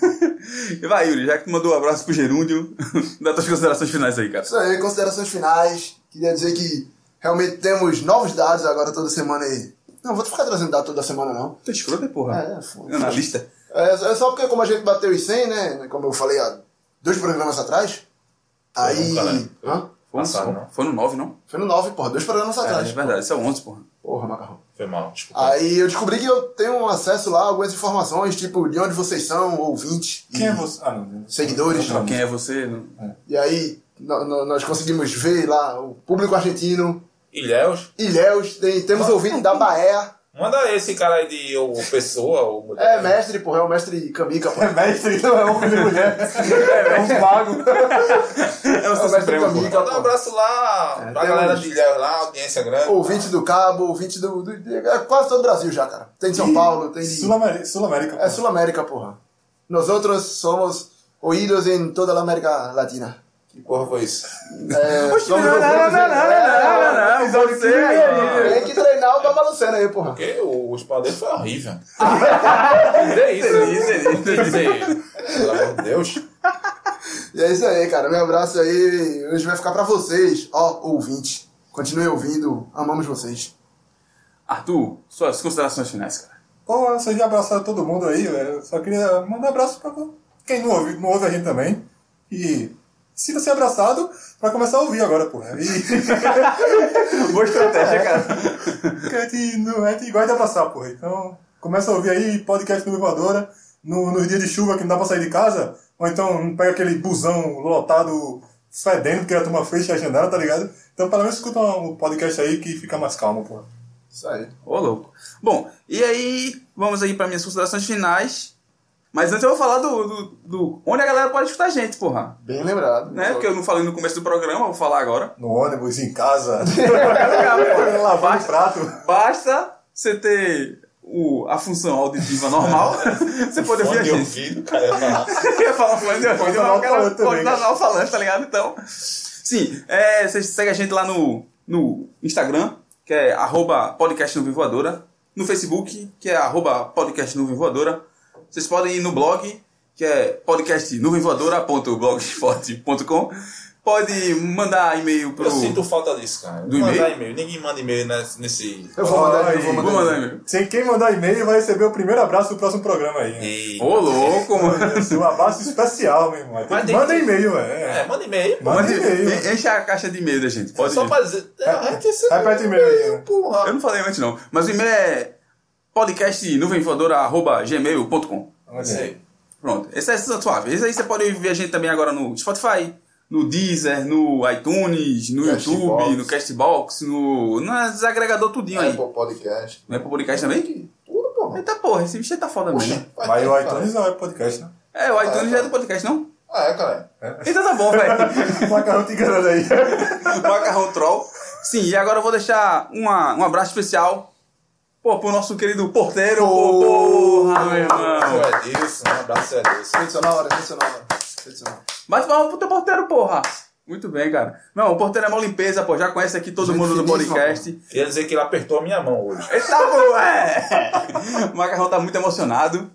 E vai, Yuri, já que tu mandou um abraço pro Gerúndio, [LAUGHS] dá tuas considerações finais aí, cara. Isso aí, considerações finais. Queria dizer que realmente temos novos dados agora toda semana aí. Não, vou ficar trazendo dado toda semana, não. Tu é escroto, é porra. É, é, foda. Analista. É, é só porque como a gente bateu os 100, né? Como eu falei há dois programas atrás. né? Aí... caralho. Hã? Foi no, Passado, som. um não. Foi no 9, não? Foi no 9, porra. Dois programas É, é atrás. verdade, isso é o 11, porra. Porra, macarrão. Foi mal, desculpa. Aí eu descobri que eu tenho acesso lá a algumas informações, tipo de onde vocês são, ouvintes. e- Quem é você? Ah, não. Seguidores. Não, Quem é você? não- E aí no- no- nós conseguimos ver lá o público argentino, Ilhéus, Ilhéus, tem, temos é? ouvido da Bahia. manda esse cara aí de ou pessoa ou mulher. É mestre, porra, é o mestre Camica, porra. É mestre, não é homem nem mulher. É um mago. É o É seu o mestre supremo, porra. Camica, Manda um porra. abraço lá pra tem galera uns- de Ilhéus lá, audiência grande. Ouvinte do Cabo, ouvinte do, do- de- é quase todo o Brasil já, cara. Tem de São Paulo, tem de... Sul-América. Sul-América. É Sul-América, porra. Nós outros somos oídos em toda a América Latina. Que porra foi isso? É, Oxe, não, somos não, não, ouvidos não, não, em- não, não, não, não, você aí. É, Tem que treinar o Baba Lucena aí, porra. Porque o espanhol dele foi horrível. Não isso, não Entendi, entendi, tem isso aí. Pelo amor de Deus. E é isso aí, cara. Meu abraço aí. Hoje vai ficar pra vocês, ó, ouvinte. Continue ouvindo. Amamos vocês. Arthur, suas considerações finais, cara. [LAUGHS] Pô, vocês já abraçaram todo mundo aí, eu só queria mandar um abraço pra quem não ouve, não ouve a gente também. E sinta-se abraçado pra começar a ouvir agora, porra. E Boa estratégia, cara. porque a gente, não, a gente gosta de abraçar, porra. Então, começa a ouvir aí podcast no Voadora, no, nos dias de chuva que não dá pra sair de casa, ou então pega aquele busão lotado, fedendo, porque a turma fecha a janela, tá ligado? Então, pelo menos escuta um podcast aí que fica mais calmo, porra. Isso aí. Ô, louco. Bom, e aí, vamos aí para minhas considerações finais. Mas antes eu vou falar do, do, do- onde a galera pode escutar a gente, porra. Bem lembrado. Né? Porque eu não falei no começo do programa, eu vou falar agora. No ônibus, em casa, lavando basta, prato. basta você ter o, a função auditiva normal, [LAUGHS] você poder ouvir a Fone de gente. ouvido, cara. ia falar. [LAUGHS] Eu ia falar fone de ouvido, mas o cara alto-falante pode também. dar o falante, tá ligado? Então, sim, é, vocês seguem a gente lá no, no Instagram, que é arroba podcast nuvem voadora, no Facebook, que é arroba podcast nuvem voadora, vocês podem ir no blog, que é podcastnuvemvoadora.blogspot.com, pode mandar e-mail pro... Eu sinto falta disso, cara. Do Mandar e-mail? e-mail. Ninguém manda e-mail nesse. nesse... Eu vou mandar, eu vou Vou mandar. mandar e-mail. Sem quem mandar e-mail vai receber o primeiro abraço do próximo programa aí. né? E- Ô, louco, mano. [LAUGHS] Um abraço especial, meu irmão. Tem Mas que- tem Manda que- e-mail, É, é. manda e-mail. Manda e-mail. en- Enche a caixa de e-mail da gente. Pode Só ir. pra dizer. É, é que esse- Repete e-mail aí, né? porra. Eu não falei antes, não. Mas o e-mail é podcastnuvemvoadora.gmail.com Olha aí. Sei. Pronto. Esse é essa suave. Esse aí você pode ver a gente também agora no Spotify, no Deezer, no iTunes, no Castbox. YouTube, no Castbox, no... Nas agregador tudinho aí. Apple Podcast. Não é pro podcast também? Tudo, porra. Eita porra, esse bicho tá foda mesmo. né? Vai Mas ter, o cara. iTunes não é podcast, [LAUGHS] né? É, o iTunes já é do podcast, não? Ah, é, cara. Então tá bom, velho. Macarrão te enganando aí. Macarrão Troll. Sim, e agora eu vou deixar uma, um abraço especial pô, pro nosso querido porteiro. Pô, porra, meu irmão. Abraço é disso, um abraço é disso. Rede sonora, rede sonora. Rede sonora. Bate palma pro teu é um porteiro, porra. Muito bem, cara. Não, o porteiro é mó limpeza, pô. Já conhece aqui todo Gente mundo do finíssima, podcast. Queria dizer que ele apertou a minha mão hoje. Ele tá bom, é. O Macarrão tá muito emocionado.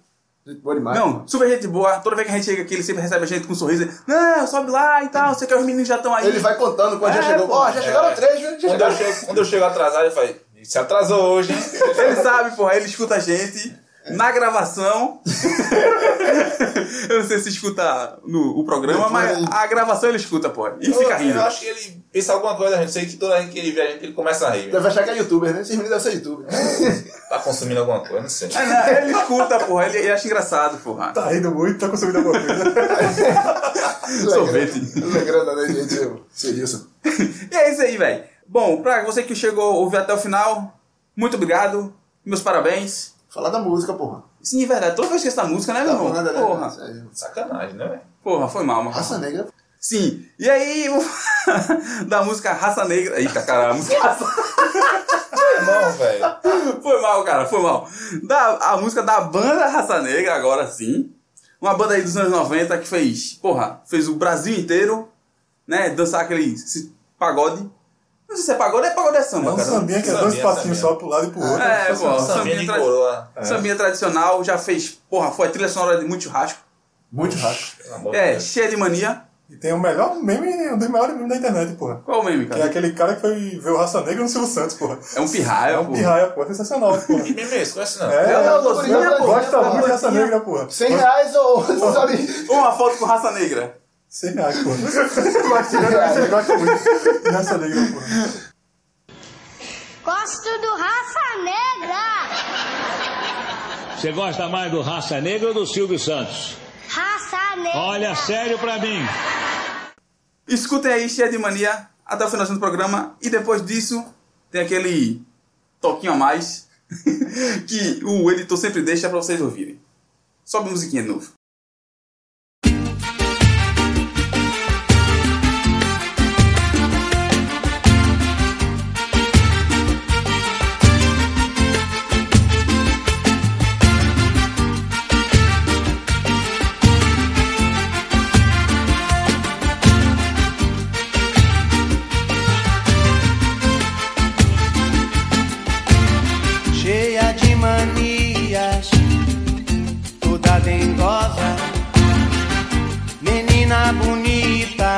Gente boa demais. Não, super gente boa. Toda vez que a gente chega aqui, ele sempre recebe a gente com um sorriso. Não, sobe lá e tal. Você que os meninos já estão aí. Ele vai contando quando É, já chegou. pô. Ó, já chegaram três, viu? Já Quando eu chegaram. chego, quando eu chego atrasado, ele fala, se atrasou hoje, hein? Ele sabe, porra, ele escuta a gente na gravação. eu não sei se escuta no, o programa, mas a gravação ele escuta, pô. E fica Eu- rindo. Eu acho que ele pensa alguma coisa da gente. Sei que toda vez que ele vê a gente, ele começa a rir. Deve achar que é youtuber, né? Esses meninos devem ser [LAUGHS] youtuber. Tá consumindo alguma coisa, não sei. Ah, não, ele escuta, porra, ele, ele acha engraçado, porra. Tá rindo muito, tá consumindo [LAUGHS] alguma coisa. Sorvete. Lembrando da né, gente, é eu- Cirilson. [LAUGHS] E é isso aí, velho. Bom, pra você que chegou a ouvir até o final, muito obrigado. Meus parabéns. Falar da música, porra. Sim, verdade, toda vez que essa música, né, meu Tá irmão? falando, né? Porra, Isso aí. Sacanagem, né, velho? porra, foi mal, mano. Raça Negra. Sim. E aí, vou falar [LAUGHS] da música Raça Negra. Eita, cara, a música Raça [LAUGHS] Não, É velho. Foi mal, cara, foi mal. Da, a música da banda Raça Negra, agora sim. Uma banda aí dos anos 90 que fez, porra, fez o Brasil inteiro, né? Dançar aquele esse pagode. Não sei se é pagode, é pagode é É samba, um cara. sambinha que é dois Sambinha, passinhos sambinha. só pro lado e pro outro. É, pô, Sambinha sambinha, de tra- coroa. sambinha tradicional, já fez, porra, foi a trilha sonora de muito churrasco. Muito rápido. Pelo amor de É, Deus. cheia de mania. E tem o melhor meme, um dos melhores memes da internet, porra. Qual o meme, Que é cara? aquele cara que foi ver o Raça Negra no Silvio Santos, porra. É um pirraia, É pô. um pirraia, porra. Sensacional, porra. E mesmo isso, conhece [LAUGHS] não. É, uma eu loucurinha, gosto- porra. gosto muito de Uma Raça loucurinha. Negra, porra. 100 reais ou, [LAUGHS] sabe? Uma foto com Raça Negra. 100 reais, porra. [LAUGHS] Gosto de- eu gosto muito de Raça Negra, porra. Gosto do Raça Negra! Você gosta mais do Raça Negra ou do Silvio Santos? Raça Negra! Olha, sério pra mim. Escutem aí, cheia de mania, até o finalzinho do programa. E depois disso, tem aquele toquinho a mais [LAUGHS] que o editor sempre deixa pra vocês ouvirem. Sobe a musiquinha de novo. cheia de manias, toda dengosa. Menina bonita,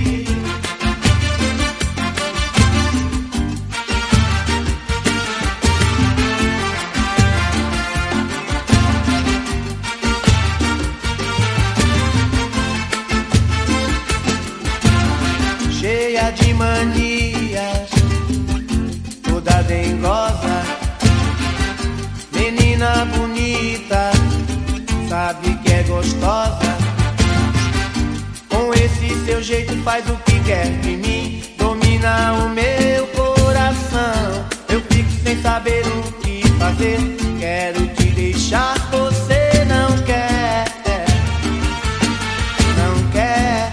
cheia de manias, toda dengosa, menina bonita, sabe que é gostosa. Com esse seu jeito faz o que quer de mim, domina o meu coração. Eu fico sem saber o que fazer, quero te deixar, você não quer, não quer.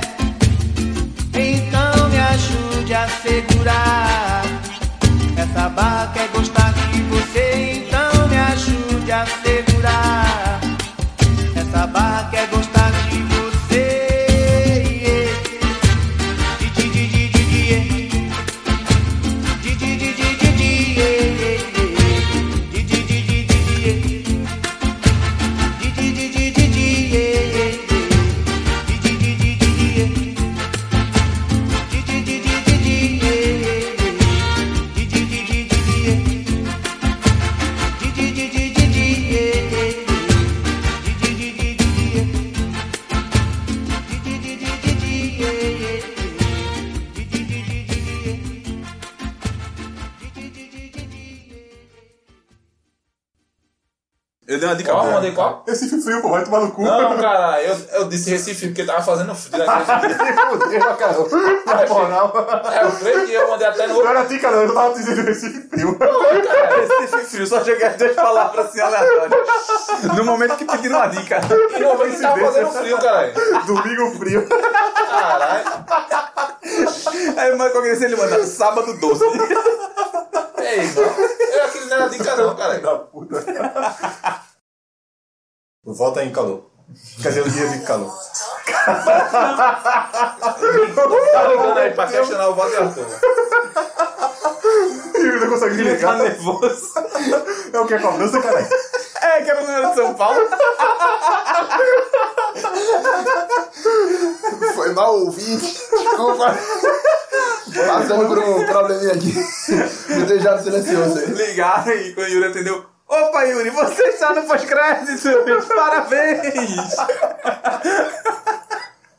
Então me ajude a segurar. Essa barra quer gostar de você, então me ajude a segurar. Essa barra quer gostar de você. Di, di, di, di, di, di, eh. Di, di, di, di, di, di, eh, eh, eh. Di, di, di, di, di, di, eh. Di, di, di, di, di, di, eh, eh, eh. Di, di, di, di, di, di, eh. é, Eu dei uma dica Qual? boa. Mandei qual? Esse filme frio, pô, vai tomar no cu. Não, cara, eu, eu disse Recife porque tava fazendo frio. Aí Fudeu, cara. [LAUGHS] Na moral. [LAUGHS] É, eu creio que eu mandei até no Não outro. era ti, cara, eu não tava dizendo esse frio. Recife frio, só joguei as duas palavras assim aleatórias. No momento que pediram uma dica. E não vem que tava fazendo frio, caralho. [LAUGHS] Domingo [LAUGHS] frio. Caralho. Aí, mano, qualquer dia ele manda sábado 12. É isso. Eu aquilo não era dica, não, caralho. Da puta. Volta aí em calor. Quer dizer, o dia de calor. Tá ligando aí pra questionar o voto de Arthur. Ele não consegue Ele tá ligar. nervoso. [LAUGHS] É o que é cobrança, caralho. É, que era o número de São Paulo. Foi mal ouvinte. [LAUGHS] Desculpa. Passando por um probleminha aqui. Me deixaram silencioso aí. Ligaram e quando o Yuri atendeu. Opa, Yuri, você está no pós-crédito! Parabéns!